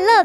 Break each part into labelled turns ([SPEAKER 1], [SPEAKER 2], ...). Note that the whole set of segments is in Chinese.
[SPEAKER 1] 乐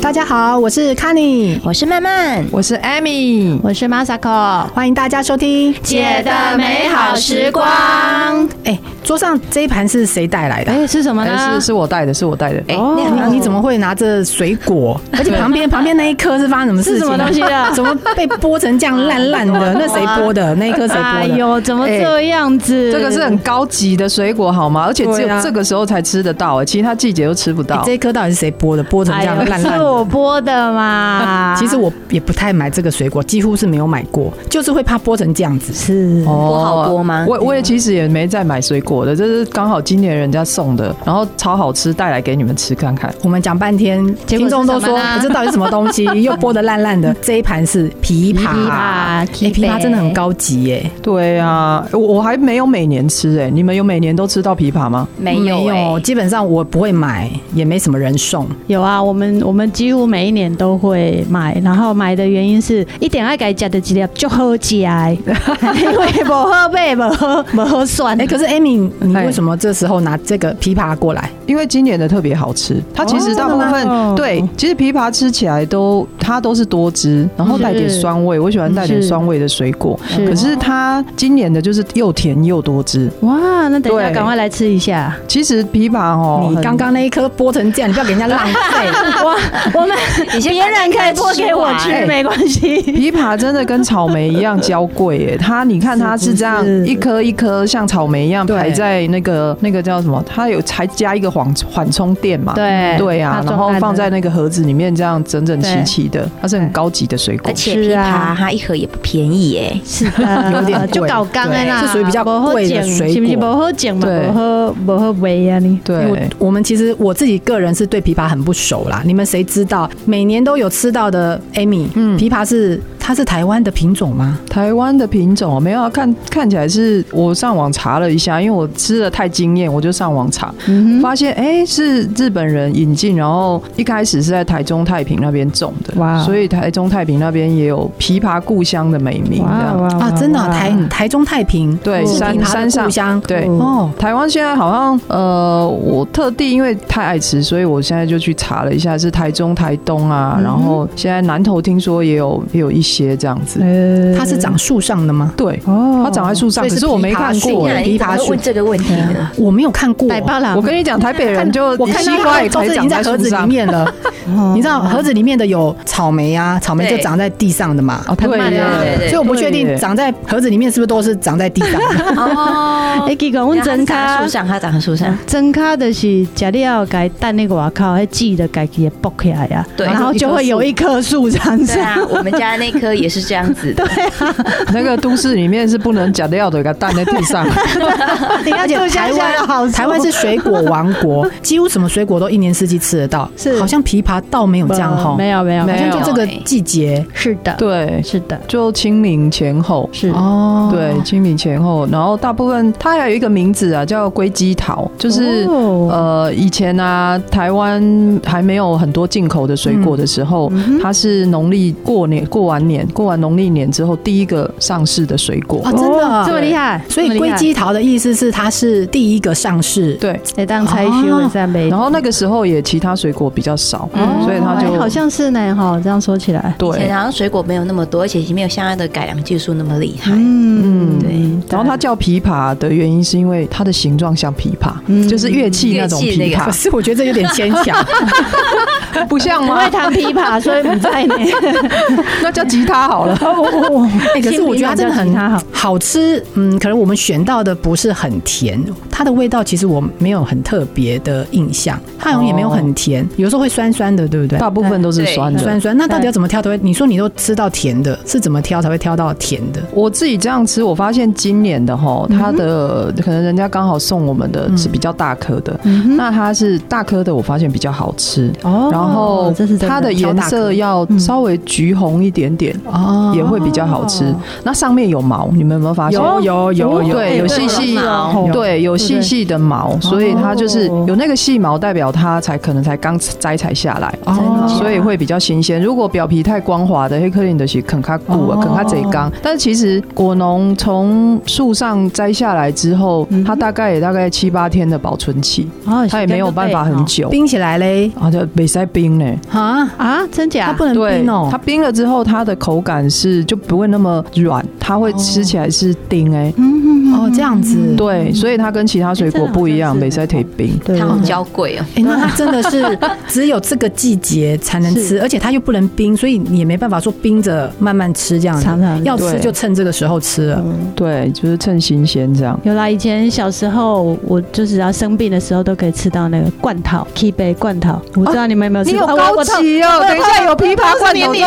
[SPEAKER 2] 大家好，我是 c a n n y
[SPEAKER 3] 我是曼曼，
[SPEAKER 4] 我是 Amy，
[SPEAKER 5] 我是 Masako。
[SPEAKER 2] 欢迎大家收听
[SPEAKER 6] 姐的美好时光。
[SPEAKER 2] 哎、桌上这一盘是谁带来的？
[SPEAKER 5] 哎、是什么
[SPEAKER 4] 哎、
[SPEAKER 5] 呢？
[SPEAKER 4] 是是我带的，是我带的。哎、
[SPEAKER 2] 哦，你怎么会拿着水 果？而且旁边旁边那一颗是发生什么事情？啊
[SPEAKER 5] 是什么东西啊 的
[SPEAKER 2] 怎么被剥成这样烂烂 的？那谁剥的？那一颗谁
[SPEAKER 5] 哎
[SPEAKER 2] 剥的？
[SPEAKER 5] 呦，怎么这样子？
[SPEAKER 4] 这个是很高级的水果，好吗？而且只
[SPEAKER 2] 对啊
[SPEAKER 4] 有这个时候才吃得到、哎，其他季节都吃不到。
[SPEAKER 2] 哎这一颗到底是谁剥的？剥成
[SPEAKER 5] 哎
[SPEAKER 2] 这
[SPEAKER 5] 呦
[SPEAKER 2] 样烂烂
[SPEAKER 5] 是
[SPEAKER 2] 的。
[SPEAKER 5] 我播的嘛？
[SPEAKER 2] 其实我也不太买这个水果，几乎是没有买过，就是会怕剥成这样子。
[SPEAKER 5] 是
[SPEAKER 4] 哦
[SPEAKER 3] 好剥吗
[SPEAKER 4] 我我也其实也没再买水果的，这是刚好今年人家送的，然后超好吃，带来给你们吃看看。
[SPEAKER 2] 我们讲半天，
[SPEAKER 5] 结
[SPEAKER 2] 听
[SPEAKER 5] 果是
[SPEAKER 2] 众都
[SPEAKER 5] 什么
[SPEAKER 2] 说
[SPEAKER 5] 呢
[SPEAKER 2] 哎这到底什么东西？又剥的烂 烂的。这一盘是枇杷，
[SPEAKER 5] 枇杷
[SPEAKER 2] 哎
[SPEAKER 5] 枇杷
[SPEAKER 2] 枇杷真的很高级耶、
[SPEAKER 4] 对啊，我我还没有每年吃哎、你们有每年都吃到枇杷吗？
[SPEAKER 3] 没有、欸，
[SPEAKER 4] 哎
[SPEAKER 5] 哎
[SPEAKER 2] 基本上我不会买，也没什么人送。
[SPEAKER 5] 有啊，我们我们几乎每一年都会买，然后买的原因是一点爱改加的几粒就喝起 来，因为不哎喝背，不喝不喝酸
[SPEAKER 4] 嗯
[SPEAKER 2] 哎、。可是 Amy，你
[SPEAKER 4] 哎
[SPEAKER 2] 为什么这时候拿这个枇杷过来？
[SPEAKER 4] 因为今年的特别好吃，它其实大部
[SPEAKER 5] 哦真的
[SPEAKER 4] 分、
[SPEAKER 5] 吗
[SPEAKER 4] 对，其实枇杷吃起来都它都是多汁，然后带点
[SPEAKER 5] 是
[SPEAKER 4] 酸味，我喜欢带点
[SPEAKER 5] 嗯是
[SPEAKER 4] 酸味的水果。
[SPEAKER 5] 是
[SPEAKER 4] 可是它今年的就是又甜又多汁。
[SPEAKER 5] 哇，那等一下
[SPEAKER 4] 对
[SPEAKER 5] 赶快来吃一下。
[SPEAKER 4] 其实枇杷哦，
[SPEAKER 2] 你
[SPEAKER 4] 很
[SPEAKER 2] 刚刚那一颗剥成这样，你不要给人家浪费。
[SPEAKER 5] 我 我们别人可以剥给我哎吃，哎没关系。
[SPEAKER 4] 枇杷真的跟草莓一 样娇贵耶，它你看它是这样
[SPEAKER 5] 是
[SPEAKER 4] 一颗一颗像草莓一样
[SPEAKER 2] 对
[SPEAKER 4] 排在那个那个叫什么？它有还加一个缓缓冲垫嘛？
[SPEAKER 5] 对
[SPEAKER 4] 对啊，
[SPEAKER 5] 它
[SPEAKER 4] 然
[SPEAKER 5] 装
[SPEAKER 4] 后
[SPEAKER 5] 在
[SPEAKER 4] 放
[SPEAKER 5] 那
[SPEAKER 4] 在那个盒子里面，这样整整齐齐的，它是很高级的水果
[SPEAKER 3] 而。且
[SPEAKER 5] 是
[SPEAKER 3] 枇
[SPEAKER 5] 啊
[SPEAKER 3] 杷它一盒也不便宜哎、
[SPEAKER 5] 是的，
[SPEAKER 2] 有点贵
[SPEAKER 5] 就搞刚的啦，
[SPEAKER 2] 对是属于比较贵的水果
[SPEAKER 5] 是不是不好捡嘛？
[SPEAKER 4] 对
[SPEAKER 5] 不好不好喂啊你。
[SPEAKER 2] 因
[SPEAKER 4] 对
[SPEAKER 2] 为，我我们其实我自己个人是对枇杷很不熟啦。你们谁知道每年都有吃到的 Amy？嗯，枇杷是它是台湾的品种吗？
[SPEAKER 4] 台湾的品种没有啊看看起来是我上网查了一下，因为我吃的太惊艳，我就上网查，
[SPEAKER 5] 嗯哼，
[SPEAKER 4] 发现哎、诶是日本人引进，然后一开始是在台中太平那边种的，
[SPEAKER 5] 哇
[SPEAKER 4] 所以台中太平那边也有枇杷故乡的美名这样。
[SPEAKER 2] 啊，真的啊、
[SPEAKER 5] 哇
[SPEAKER 2] 台台中太平
[SPEAKER 4] 哦对
[SPEAKER 2] 是
[SPEAKER 4] 山
[SPEAKER 2] 枇杷
[SPEAKER 4] 山
[SPEAKER 2] 的故
[SPEAKER 4] 上
[SPEAKER 2] 乡
[SPEAKER 4] 对
[SPEAKER 2] 哦。
[SPEAKER 4] 台湾现在好像呃，我特地因为太爱吃，所以我现在就去查了一下，是台中、台东啊，
[SPEAKER 2] 嗯
[SPEAKER 4] 然后现在南投听说也有也有一些这样子。
[SPEAKER 5] 呃
[SPEAKER 2] 它是长树上的吗？
[SPEAKER 4] 对，
[SPEAKER 5] 哦
[SPEAKER 4] 它长在树上，
[SPEAKER 2] 哎所以是
[SPEAKER 4] 可是我没看
[SPEAKER 2] 枇杷。
[SPEAKER 4] 过
[SPEAKER 3] 那
[SPEAKER 2] 对
[SPEAKER 3] 你怎么
[SPEAKER 2] 枇杷
[SPEAKER 3] 会
[SPEAKER 2] 树
[SPEAKER 3] 问这个问题呢？
[SPEAKER 2] 我没有看过。
[SPEAKER 5] 奶包啦
[SPEAKER 4] 我。跟你讲，台北人就
[SPEAKER 2] 啊我看
[SPEAKER 4] 西
[SPEAKER 2] 到
[SPEAKER 4] 瓜也
[SPEAKER 2] 都
[SPEAKER 4] 可
[SPEAKER 2] 已
[SPEAKER 4] 以
[SPEAKER 2] 经
[SPEAKER 4] 长
[SPEAKER 2] 在盒
[SPEAKER 4] 树
[SPEAKER 2] 子里
[SPEAKER 4] 上。
[SPEAKER 2] 面了。
[SPEAKER 5] 哦
[SPEAKER 2] 你知道盒子里面的有草莓啊，草莓就
[SPEAKER 3] 对
[SPEAKER 2] 长在地上的嘛。
[SPEAKER 4] 哦，对
[SPEAKER 5] 慢
[SPEAKER 4] 耶
[SPEAKER 5] 啊
[SPEAKER 3] 对
[SPEAKER 2] 所
[SPEAKER 3] 对
[SPEAKER 2] 以我不确定
[SPEAKER 4] 对
[SPEAKER 2] 长在盒子里面是不是都是长在地 上的。
[SPEAKER 3] 哦
[SPEAKER 5] 哎，结果阮真
[SPEAKER 3] 它是长在
[SPEAKER 5] 卡
[SPEAKER 3] 树上，它长在树上，
[SPEAKER 5] 真卡就是食了，该蛋那个外口，迄籽的家己也剥起来呀，
[SPEAKER 3] 对
[SPEAKER 5] 然后就会有一棵树长
[SPEAKER 3] 对
[SPEAKER 5] 上。
[SPEAKER 3] 啊，我们家那颗也是这样子的，
[SPEAKER 4] 那个都市里面是不能假料的，个蛋在地 上。
[SPEAKER 5] 你要
[SPEAKER 2] 而且台 湾台湾是水果王 国，几乎什么水果都一年四季吃得到。
[SPEAKER 5] 是
[SPEAKER 2] 好像枇杷倒没有这样哈，
[SPEAKER 5] 哦没有没有，
[SPEAKER 4] 嗯没
[SPEAKER 2] 好像
[SPEAKER 4] 有
[SPEAKER 2] 就这个季节
[SPEAKER 5] 是的，
[SPEAKER 4] 对，
[SPEAKER 5] 是的，
[SPEAKER 4] 就清明前后。
[SPEAKER 5] 是
[SPEAKER 2] 哦。
[SPEAKER 4] 对，清明前后，然后大部分它还有一个名字啊，叫龟基桃，就是、
[SPEAKER 5] 哦
[SPEAKER 4] 呃，以前啊，台湾还没有很多进口的水果
[SPEAKER 2] 嗯
[SPEAKER 4] 的时候，它是农历过年过完年过完农历年之后第一个上市的水果。
[SPEAKER 2] 啊，真的
[SPEAKER 5] 哦这么
[SPEAKER 2] 啊。
[SPEAKER 5] 厉害，
[SPEAKER 2] 所以龟基桃的意思是它是第一个上市，
[SPEAKER 4] 对，
[SPEAKER 5] 会当采收
[SPEAKER 2] 哦
[SPEAKER 5] 会在卖
[SPEAKER 4] 然。后那个时候也其他水果比较少，
[SPEAKER 5] 哦
[SPEAKER 4] 所以它就
[SPEAKER 5] 哎好像啊是呢，哈，这样说起来，
[SPEAKER 3] 以前
[SPEAKER 4] 对，
[SPEAKER 3] 好像水果没有那么多，而且没有现在的改良技术那么厉害。
[SPEAKER 5] 嗯
[SPEAKER 3] 对
[SPEAKER 4] 然后它叫枇杷的原因是因为它的形状像枇杷，
[SPEAKER 5] 嗯
[SPEAKER 4] 就是乐器那种
[SPEAKER 3] 乐器那
[SPEAKER 4] 枇
[SPEAKER 3] 个
[SPEAKER 4] 杷
[SPEAKER 2] 可，是我觉得这有点牵强。
[SPEAKER 4] 不像
[SPEAKER 5] 不
[SPEAKER 4] 吗
[SPEAKER 5] 会？弹琵 琶，所以不在呢。
[SPEAKER 4] 那叫吉他好 了。
[SPEAKER 2] 哎，可是我觉得它真的
[SPEAKER 5] 清明比较
[SPEAKER 2] 很
[SPEAKER 5] 吉
[SPEAKER 2] 好吃，嗯，可能我们选到的不是很甜，它的味道其实我没有很特别的印象，它好像也没有很甜，有时候会酸酸的，对不对？
[SPEAKER 4] 大部分都是酸的，
[SPEAKER 2] 酸酸，那到底要怎么挑才会？你说你都吃到甜的，是怎么挑才会挑到甜的？
[SPEAKER 4] 我自己这样吃，我发现今年的哈，
[SPEAKER 5] 嗯
[SPEAKER 4] 它的、可能人家刚好送我们的是比较大颗的，那它是大颗的，我发现比较好吃。
[SPEAKER 5] 嗯哦
[SPEAKER 4] 然后
[SPEAKER 5] 这是真
[SPEAKER 4] 它的
[SPEAKER 5] 挑
[SPEAKER 4] 颜
[SPEAKER 5] 大颗嗯
[SPEAKER 4] 色要稍微橘红一点点，
[SPEAKER 2] 哦
[SPEAKER 4] 也会比较好吃。那上面有毛，你们有没有发现？
[SPEAKER 2] 有有有有，
[SPEAKER 4] 对，有细细
[SPEAKER 5] 有毛
[SPEAKER 4] 对，有细细的毛，所以它就是有那个细毛，代表它才可能才刚摘采下来，
[SPEAKER 2] 哦
[SPEAKER 4] 所以会比较新鲜。如果表皮太光滑的，黑克林的是啃它固啊
[SPEAKER 2] 哦，
[SPEAKER 4] 啃它贼刚。但是其实果农从树上摘下来之后，它大概也大概七八天的保存期，
[SPEAKER 5] 哦
[SPEAKER 4] 它也没有办法很久。
[SPEAKER 2] 冰起来嘞
[SPEAKER 4] 啊，就没塞冰呢，
[SPEAKER 2] 啊，
[SPEAKER 5] 啊，真
[SPEAKER 2] 它
[SPEAKER 5] 假？
[SPEAKER 2] 不能
[SPEAKER 4] 对
[SPEAKER 2] 冰哦，，
[SPEAKER 4] 它冰了之后，它的口感是就不会那么软，它会吃起来是丁哎，
[SPEAKER 5] 嗯
[SPEAKER 2] 哦这样子，
[SPEAKER 4] 对，所以它跟其他水果不一样，
[SPEAKER 5] 哎这个好像是
[SPEAKER 4] 北塞铁冰。
[SPEAKER 5] 对
[SPEAKER 3] 它好娇贵哦。
[SPEAKER 2] 哎、那它真的是只有这个季节才能吃，而且它又不能冰，所以你也没办法说冰着慢慢吃这样
[SPEAKER 5] 常
[SPEAKER 2] 子。
[SPEAKER 5] 常
[SPEAKER 2] 要吃
[SPEAKER 4] 对
[SPEAKER 2] 就趁这个时候吃了。
[SPEAKER 4] 对，就是趁新鲜这样。
[SPEAKER 5] 有啦，以前小时候，我就只要生病的时候都可以吃到那个罐头 k 杯罐头。我不知道你们有没有吃过？啊我我
[SPEAKER 4] 级哦！等一下有枇杷罐
[SPEAKER 5] 年
[SPEAKER 4] 头
[SPEAKER 5] 龄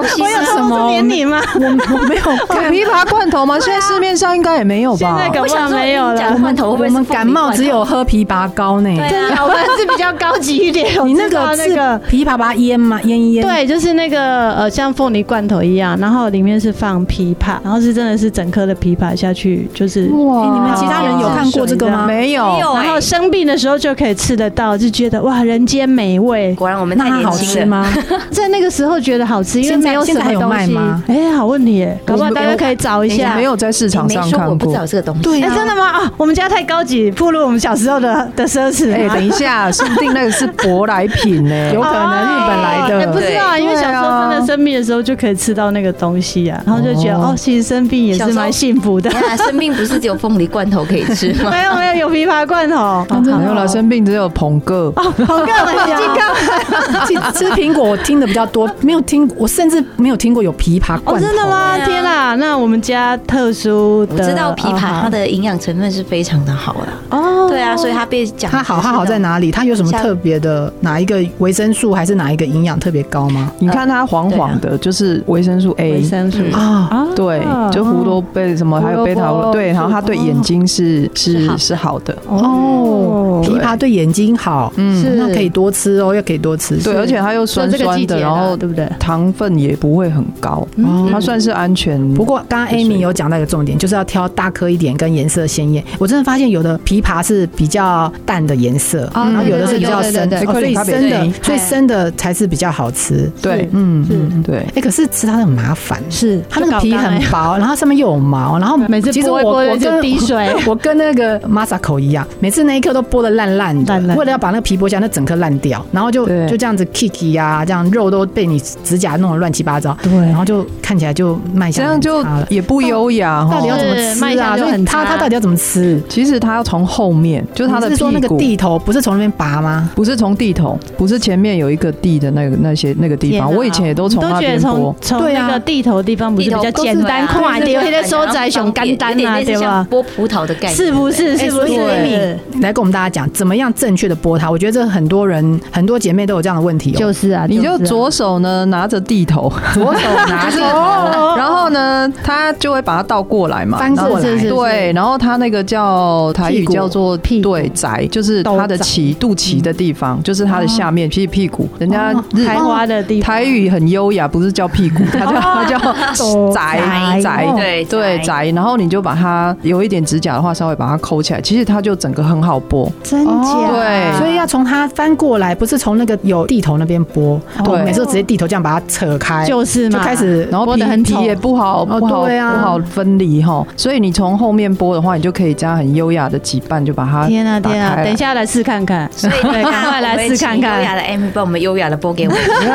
[SPEAKER 4] 吗？
[SPEAKER 5] 我有
[SPEAKER 2] 什
[SPEAKER 5] 什么
[SPEAKER 2] 么
[SPEAKER 5] 年龄吗？
[SPEAKER 2] 我 我没有
[SPEAKER 4] 有枇杷罐头吗？现在市面上应该也没有吧？
[SPEAKER 5] 现在搞不好没有
[SPEAKER 3] 讲
[SPEAKER 5] 了。
[SPEAKER 3] 罐头会不
[SPEAKER 2] 我
[SPEAKER 3] 会是
[SPEAKER 2] 们
[SPEAKER 3] 凤梨
[SPEAKER 2] 感冒
[SPEAKER 3] 罐头
[SPEAKER 2] 只有喝枇杷膏呢。
[SPEAKER 3] 对啊，
[SPEAKER 5] 我们是比较高级一点。
[SPEAKER 2] 你那个
[SPEAKER 5] 我知道那
[SPEAKER 2] 是
[SPEAKER 5] 个。
[SPEAKER 2] 枇杷把它腌吗？腌一腌。，
[SPEAKER 5] 对，就是那个呃，像凤梨罐头一样，然后里面是放枇杷，然后是真的是整颗的枇杷下去，就是
[SPEAKER 4] 哇
[SPEAKER 2] 哎你们其他人有看过这个吗？
[SPEAKER 4] 没有？
[SPEAKER 3] 没有
[SPEAKER 5] 哦然后
[SPEAKER 3] 哎
[SPEAKER 5] 生病的时候就可以吃得到，就觉得哇，人间美味。
[SPEAKER 3] 果然我们
[SPEAKER 2] 那
[SPEAKER 3] 太
[SPEAKER 2] 它
[SPEAKER 3] 年
[SPEAKER 2] 好吃
[SPEAKER 3] 轻了。
[SPEAKER 2] 吗？
[SPEAKER 5] 在那个时候觉得好吃，因为
[SPEAKER 2] 现在
[SPEAKER 5] 没有什
[SPEAKER 2] 现在还
[SPEAKER 5] 么
[SPEAKER 2] 有
[SPEAKER 5] 东
[SPEAKER 2] 卖
[SPEAKER 5] 西
[SPEAKER 2] 吗。
[SPEAKER 5] 哎，好问题耶，搞不好大家可以找一
[SPEAKER 4] 你
[SPEAKER 5] 下。
[SPEAKER 4] 没有在市场
[SPEAKER 3] 你
[SPEAKER 4] 上
[SPEAKER 3] 没说我
[SPEAKER 4] 看
[SPEAKER 3] 不知
[SPEAKER 4] 过
[SPEAKER 3] 道。这个东西。
[SPEAKER 5] 哎，真的吗？啊，我们家太高级，暴露我们小时候的 的奢侈。
[SPEAKER 4] 哎，等一下，说不定那个是舶来品欸呢，有可能日本来
[SPEAKER 5] 哎不
[SPEAKER 4] 的。
[SPEAKER 5] 知道啊，因为小时候真的生病的时候就可以吃到那个东西啊，然后就觉得
[SPEAKER 4] 哦
[SPEAKER 5] 哦，其实生病也是蛮幸福的。
[SPEAKER 3] 原来生病不是只有凤梨罐头可以吃 吗？
[SPEAKER 5] 没有没有，有枇杷罐哦头。
[SPEAKER 4] 没有了，生病只有捧哥。
[SPEAKER 5] 好看的 健康，
[SPEAKER 2] 其实吃苹果我听的比较多，没有听，我甚至没有听过有枇杷罐头。
[SPEAKER 5] 哦，真的？吗？
[SPEAKER 3] 对啊
[SPEAKER 5] 天啊，那我们家特殊的，
[SPEAKER 3] 我知道枇杷它
[SPEAKER 5] 的
[SPEAKER 3] 的营养成分是非常的好的，
[SPEAKER 5] 啊哦，
[SPEAKER 3] 对啊，所以它被讲
[SPEAKER 2] 它好，它好在
[SPEAKER 3] 哪？
[SPEAKER 2] 哪里？它有什么
[SPEAKER 3] 像
[SPEAKER 2] 特别的？哪一个维生素还是哪一个营养特别高吗？
[SPEAKER 4] 你看它黄黄的，就是维生素 A
[SPEAKER 5] 维。生素
[SPEAKER 3] 嗯
[SPEAKER 2] 啊，
[SPEAKER 5] 啊
[SPEAKER 4] 对，就胡萝卜什么，还有贝塔
[SPEAKER 5] 胡萝卜
[SPEAKER 4] 对，然后它对眼睛是
[SPEAKER 3] 是
[SPEAKER 4] 是
[SPEAKER 3] 好
[SPEAKER 4] 是好的，
[SPEAKER 2] 哦，枇杷对眼睛好，
[SPEAKER 4] 嗯，
[SPEAKER 5] 是
[SPEAKER 2] 那可以多吃哦，要可以多吃。
[SPEAKER 4] 对，而且它又
[SPEAKER 5] 所以
[SPEAKER 4] 酸
[SPEAKER 5] 这个
[SPEAKER 4] 酸
[SPEAKER 5] 季节
[SPEAKER 4] 的，
[SPEAKER 5] 啦
[SPEAKER 4] 然后
[SPEAKER 5] 对不对？
[SPEAKER 4] 糖分也不会很高，
[SPEAKER 2] 哦
[SPEAKER 4] 它算是安全。
[SPEAKER 2] 不过刚刚 Amy 有讲到一个重点，就是要挑大颗一点，跟颜色鲜艳。我真的发现有的枇杷是比较淡的颜色，
[SPEAKER 3] 哦
[SPEAKER 2] 然后有的是
[SPEAKER 3] 对对
[SPEAKER 2] 比较
[SPEAKER 3] 对对
[SPEAKER 2] 深的，
[SPEAKER 3] 对
[SPEAKER 2] 哦所以
[SPEAKER 4] 对对
[SPEAKER 2] 深的
[SPEAKER 4] 对，
[SPEAKER 2] 所以深的才是比较好吃。
[SPEAKER 4] 对，
[SPEAKER 2] 嗯，
[SPEAKER 4] 嗯，对，
[SPEAKER 2] 哎，可是吃它的很麻烦，
[SPEAKER 5] 是
[SPEAKER 2] 它那个皮很薄，然后上面又有毛，然后
[SPEAKER 5] 每次
[SPEAKER 2] 其实
[SPEAKER 5] 剥
[SPEAKER 2] 我
[SPEAKER 5] 一剥
[SPEAKER 2] 我
[SPEAKER 5] 就
[SPEAKER 2] 跟
[SPEAKER 5] 滴水
[SPEAKER 2] 我跟那个 Masako 一样，每次那一刻都剥的烂烂的
[SPEAKER 5] 烂，烂
[SPEAKER 2] 为了要把那个皮剥下来，那整颗烂掉，然后就
[SPEAKER 4] 对
[SPEAKER 2] 就这样子 kiki 呀，这样肉都被你指甲弄得乱七八糟，
[SPEAKER 5] 对
[SPEAKER 2] 然后就看起来就卖
[SPEAKER 4] 这
[SPEAKER 2] 相
[SPEAKER 4] 样
[SPEAKER 2] 很
[SPEAKER 4] 就
[SPEAKER 2] 差了。
[SPEAKER 4] 也不优雅
[SPEAKER 2] 到
[SPEAKER 4] 哈
[SPEAKER 2] 底。要怎么
[SPEAKER 5] 是卖
[SPEAKER 2] 吃啊？
[SPEAKER 5] 相就
[SPEAKER 2] 所以
[SPEAKER 5] 很
[SPEAKER 2] 它
[SPEAKER 5] 差
[SPEAKER 2] 它到底要怎么吃？
[SPEAKER 4] 其实它要从后面，就是它的
[SPEAKER 2] 你是说那
[SPEAKER 4] 屁
[SPEAKER 2] 个
[SPEAKER 4] 股，
[SPEAKER 2] 地头不是从那边拔吗？
[SPEAKER 4] 不是从地头，不是前面有一个地的那个那些那个地方，
[SPEAKER 5] 天啊
[SPEAKER 4] 我以前也都从
[SPEAKER 5] 都
[SPEAKER 4] 那
[SPEAKER 5] 觉
[SPEAKER 4] 边
[SPEAKER 5] 得从
[SPEAKER 4] 剥。
[SPEAKER 5] 从
[SPEAKER 2] 对啊
[SPEAKER 5] 那个地头的地方不是比较简
[SPEAKER 3] 啊
[SPEAKER 5] 单快一点，有些收窄熊干单啊，对吧？
[SPEAKER 3] 剥葡萄的概念，
[SPEAKER 5] 是 不是？
[SPEAKER 2] 哎
[SPEAKER 5] 是不
[SPEAKER 2] 所以
[SPEAKER 5] 是
[SPEAKER 2] Amy？来跟我们大家讲，怎么样正确的剥它？我觉得这很多人很多姐妹都有这样的问题哦。
[SPEAKER 5] 是啊
[SPEAKER 4] 你就左手呢拿着地头，
[SPEAKER 2] 左手 拿
[SPEAKER 5] 哦
[SPEAKER 4] 然后呢，它就会把它倒过来嘛，
[SPEAKER 2] 翻过来
[SPEAKER 4] 然后
[SPEAKER 2] 是是是
[SPEAKER 4] 对，然后它那个叫台
[SPEAKER 2] 屁
[SPEAKER 4] 语
[SPEAKER 2] 股
[SPEAKER 4] 叫做
[SPEAKER 5] 屁股
[SPEAKER 4] 对窄，就是它的
[SPEAKER 2] 斗窄
[SPEAKER 4] 脐肚脐的地方，就是它的下面，其实屁股。人家
[SPEAKER 2] 哦
[SPEAKER 4] 日
[SPEAKER 5] 开花的地方
[SPEAKER 4] 台语很优雅，不是叫屁股，它叫它 叫宅
[SPEAKER 2] 哦宅哦
[SPEAKER 4] 宅，
[SPEAKER 3] 对
[SPEAKER 4] 对
[SPEAKER 3] 宅
[SPEAKER 4] 宅。然后你就把它有一点指甲的话，稍微把它抠起来，其实它就整个很好剥。
[SPEAKER 5] 真假
[SPEAKER 2] 哦
[SPEAKER 4] 对
[SPEAKER 2] 所以要从它翻过来，不是从那个有地头那边剥。
[SPEAKER 4] 对
[SPEAKER 2] 我每次都直接地头这样把它扯开，
[SPEAKER 5] 哦就是
[SPEAKER 2] 就
[SPEAKER 5] 嘛，
[SPEAKER 2] 开始
[SPEAKER 4] 然后
[SPEAKER 5] 剥
[SPEAKER 4] 皮
[SPEAKER 5] 得很
[SPEAKER 4] 皮
[SPEAKER 5] 丑
[SPEAKER 4] 也不好，
[SPEAKER 2] 哦
[SPEAKER 4] 不好、
[SPEAKER 2] 对啊
[SPEAKER 4] 不好分离哈。所以你从后面剥的话，你就可以这样很优雅的几瓣就把它
[SPEAKER 5] 天啊
[SPEAKER 4] 打
[SPEAKER 5] 天
[SPEAKER 4] 开
[SPEAKER 5] 啊！
[SPEAKER 4] 来
[SPEAKER 5] 等一下来试看看，
[SPEAKER 3] 所以
[SPEAKER 5] 对，
[SPEAKER 3] 你
[SPEAKER 5] 赶快
[SPEAKER 3] 看，哎
[SPEAKER 5] 来试看
[SPEAKER 3] 优雅
[SPEAKER 5] 看。
[SPEAKER 3] 的 Amy 帮我们优雅的剥给我们，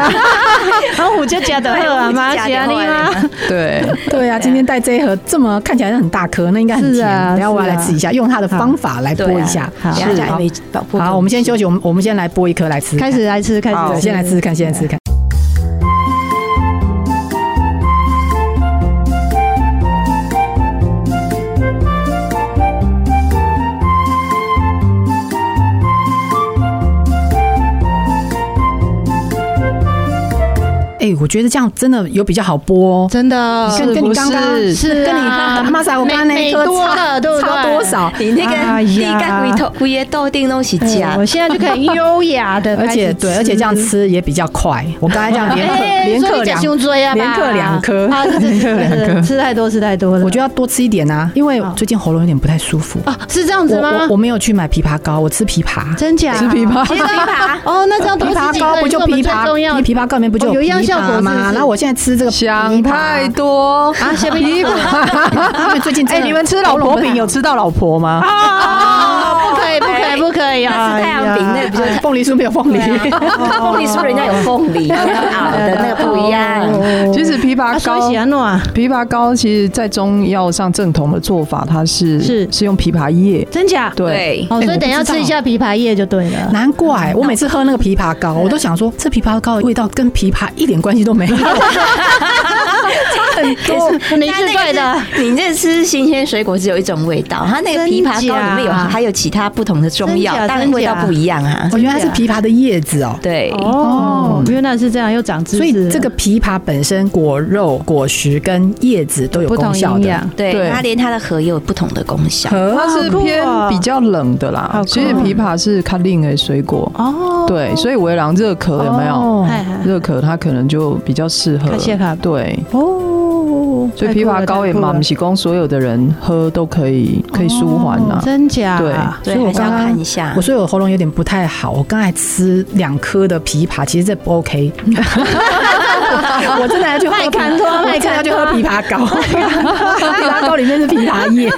[SPEAKER 5] 然后我就觉得
[SPEAKER 3] 哎
[SPEAKER 5] 啊，
[SPEAKER 3] 我
[SPEAKER 5] 妈
[SPEAKER 3] 吃
[SPEAKER 5] 喜
[SPEAKER 3] 得
[SPEAKER 5] 欢你
[SPEAKER 3] 好
[SPEAKER 5] 吗？
[SPEAKER 3] 的
[SPEAKER 4] 对，
[SPEAKER 2] 对啊，今天带这一盒这么看起来很大颗，那应该很
[SPEAKER 5] 是
[SPEAKER 2] 甜。
[SPEAKER 5] 啊
[SPEAKER 2] 等一下我要
[SPEAKER 5] 是啊
[SPEAKER 2] 来吃一下，用它的方法来
[SPEAKER 3] 对啊
[SPEAKER 2] 剥一下。
[SPEAKER 5] 好
[SPEAKER 3] 等一下
[SPEAKER 2] 好
[SPEAKER 3] Amy 把剥给
[SPEAKER 2] 好，我们先休息，我们我们先来剥一颗来吃，
[SPEAKER 5] 开始来吃，开始
[SPEAKER 4] 好
[SPEAKER 5] 来
[SPEAKER 2] 对
[SPEAKER 5] 吃
[SPEAKER 2] 先来吃吃看，先来吃吃看。哎、我觉得这样真的有比较好剥哦。
[SPEAKER 5] 真的
[SPEAKER 2] 跟跟你刚刚
[SPEAKER 4] 是
[SPEAKER 5] 呃是啊
[SPEAKER 2] 跟你 刚玛莎，我刚刚那一颗
[SPEAKER 5] 美美多
[SPEAKER 2] 差
[SPEAKER 5] 了对不对
[SPEAKER 2] 差多少？
[SPEAKER 3] 你那
[SPEAKER 5] 哎
[SPEAKER 3] 个
[SPEAKER 5] 呀
[SPEAKER 3] 地干龟头龟爷豆定东西
[SPEAKER 5] 哎
[SPEAKER 3] 假
[SPEAKER 5] 我，现在就可以优 雅的，
[SPEAKER 2] 而且对，而且这样吃也比较快。我刚才这样连克
[SPEAKER 5] 哎，
[SPEAKER 2] 连克两
[SPEAKER 5] 胸椎啊，
[SPEAKER 2] 连克两颗
[SPEAKER 5] 啊， 对对对对对吃太多吃太多了，
[SPEAKER 2] 我就要多吃一点啊，因为最近喉咙有点不太舒服。
[SPEAKER 5] 嗯啊，是这样
[SPEAKER 2] 我
[SPEAKER 5] 子吗
[SPEAKER 2] 我？我没有去买枇杷膏，我吃枇杷。
[SPEAKER 5] 真假
[SPEAKER 4] 吃枇 杷
[SPEAKER 5] 枇杷哦，那这样多
[SPEAKER 2] 枇
[SPEAKER 5] 吃
[SPEAKER 2] 杷
[SPEAKER 5] 几
[SPEAKER 2] 膏
[SPEAKER 5] 个
[SPEAKER 2] 不就是
[SPEAKER 5] 我们
[SPEAKER 2] 枇
[SPEAKER 5] 最重要
[SPEAKER 2] 杷
[SPEAKER 5] 的
[SPEAKER 2] 枇杷膏里面不就
[SPEAKER 5] 哦有一样效果
[SPEAKER 2] 枇杷
[SPEAKER 5] 是不
[SPEAKER 2] 吗？
[SPEAKER 5] 是
[SPEAKER 2] 然后我现在吃这个
[SPEAKER 4] 想太多啊！
[SPEAKER 5] 啊，下面
[SPEAKER 4] 枇
[SPEAKER 2] 因为最近真
[SPEAKER 4] 哎，
[SPEAKER 2] 的
[SPEAKER 4] 你们吃老婆饼有吃到老婆吗？
[SPEAKER 5] 哦
[SPEAKER 2] 哦
[SPEAKER 5] 啊，不可以不可以不可
[SPEAKER 2] 哎
[SPEAKER 5] 以啊！
[SPEAKER 3] 是太阳饼那个比 较
[SPEAKER 2] 凤梨酥没有凤梨，
[SPEAKER 3] 凤梨酥，人家有凤梨，好的那个不一样。
[SPEAKER 4] 其实枇
[SPEAKER 5] 啊，
[SPEAKER 4] 杷
[SPEAKER 5] 所以
[SPEAKER 4] 膏
[SPEAKER 5] 喜安诺啊，
[SPEAKER 4] 枇杷膏其实，在中药上正统的做法，它是
[SPEAKER 5] 是
[SPEAKER 4] 是用枇杷叶。
[SPEAKER 5] 真假？
[SPEAKER 4] 对，
[SPEAKER 3] 对，
[SPEAKER 5] 哦，所以等一下吃一下枇杷叶就对 了。
[SPEAKER 2] 难怪我每次喝那个枇杷膏，我都想说这枇杷膏的味道跟枇杷一点关系都没 有。
[SPEAKER 5] 你是对的，
[SPEAKER 3] 你这吃新鲜水果只有一种味道，它那个枇杷膏里面有
[SPEAKER 5] 真假
[SPEAKER 3] 还有其他不同的中药
[SPEAKER 5] 真，假
[SPEAKER 3] 当然味道
[SPEAKER 5] 真假
[SPEAKER 3] 不一样啊。
[SPEAKER 2] 我原来是枇杷的叶子哦。
[SPEAKER 3] 对，
[SPEAKER 5] 哦，原来是这样，又长知识
[SPEAKER 2] 所
[SPEAKER 5] 了。
[SPEAKER 2] 以这个枇杷本身果肉、果实跟叶子都有
[SPEAKER 5] 不
[SPEAKER 2] 功
[SPEAKER 5] 同
[SPEAKER 2] 效
[SPEAKER 5] 营
[SPEAKER 2] 的。
[SPEAKER 5] 养，
[SPEAKER 3] 对，
[SPEAKER 4] 对
[SPEAKER 3] 它连它的核也有不同的功效。
[SPEAKER 4] 它是偏比较冷的啦
[SPEAKER 5] 好，酷啊
[SPEAKER 4] 所以枇杷是卡令的水果。
[SPEAKER 5] 哦，哎
[SPEAKER 4] 对，所以围廊热咳有没有？
[SPEAKER 2] 哦
[SPEAKER 5] 嗨嗨
[SPEAKER 4] 热咳它可能就比较适合
[SPEAKER 5] 卡谢卡。
[SPEAKER 4] 对，
[SPEAKER 5] 哦，
[SPEAKER 4] 所以枇杷膏也嘛，不
[SPEAKER 5] 蛮
[SPEAKER 4] 是供所有的人喝都可以，可以舒缓啊呐。
[SPEAKER 5] 哦真啊假？
[SPEAKER 4] 对
[SPEAKER 3] 对，
[SPEAKER 2] 所以我
[SPEAKER 3] 还是要
[SPEAKER 2] 刚刚
[SPEAKER 3] 看一下
[SPEAKER 2] 我。所以我喉咙有点不太好，我刚才吃两颗的枇杷，其实这不 OK。我真的要去喝
[SPEAKER 5] 麦
[SPEAKER 2] 枇
[SPEAKER 5] 坎托
[SPEAKER 2] 我
[SPEAKER 5] 麦
[SPEAKER 2] 真的要
[SPEAKER 5] 坎
[SPEAKER 2] 去
[SPEAKER 5] 托
[SPEAKER 2] 喝枇杷膏。枇杷膏里面是枇杷叶，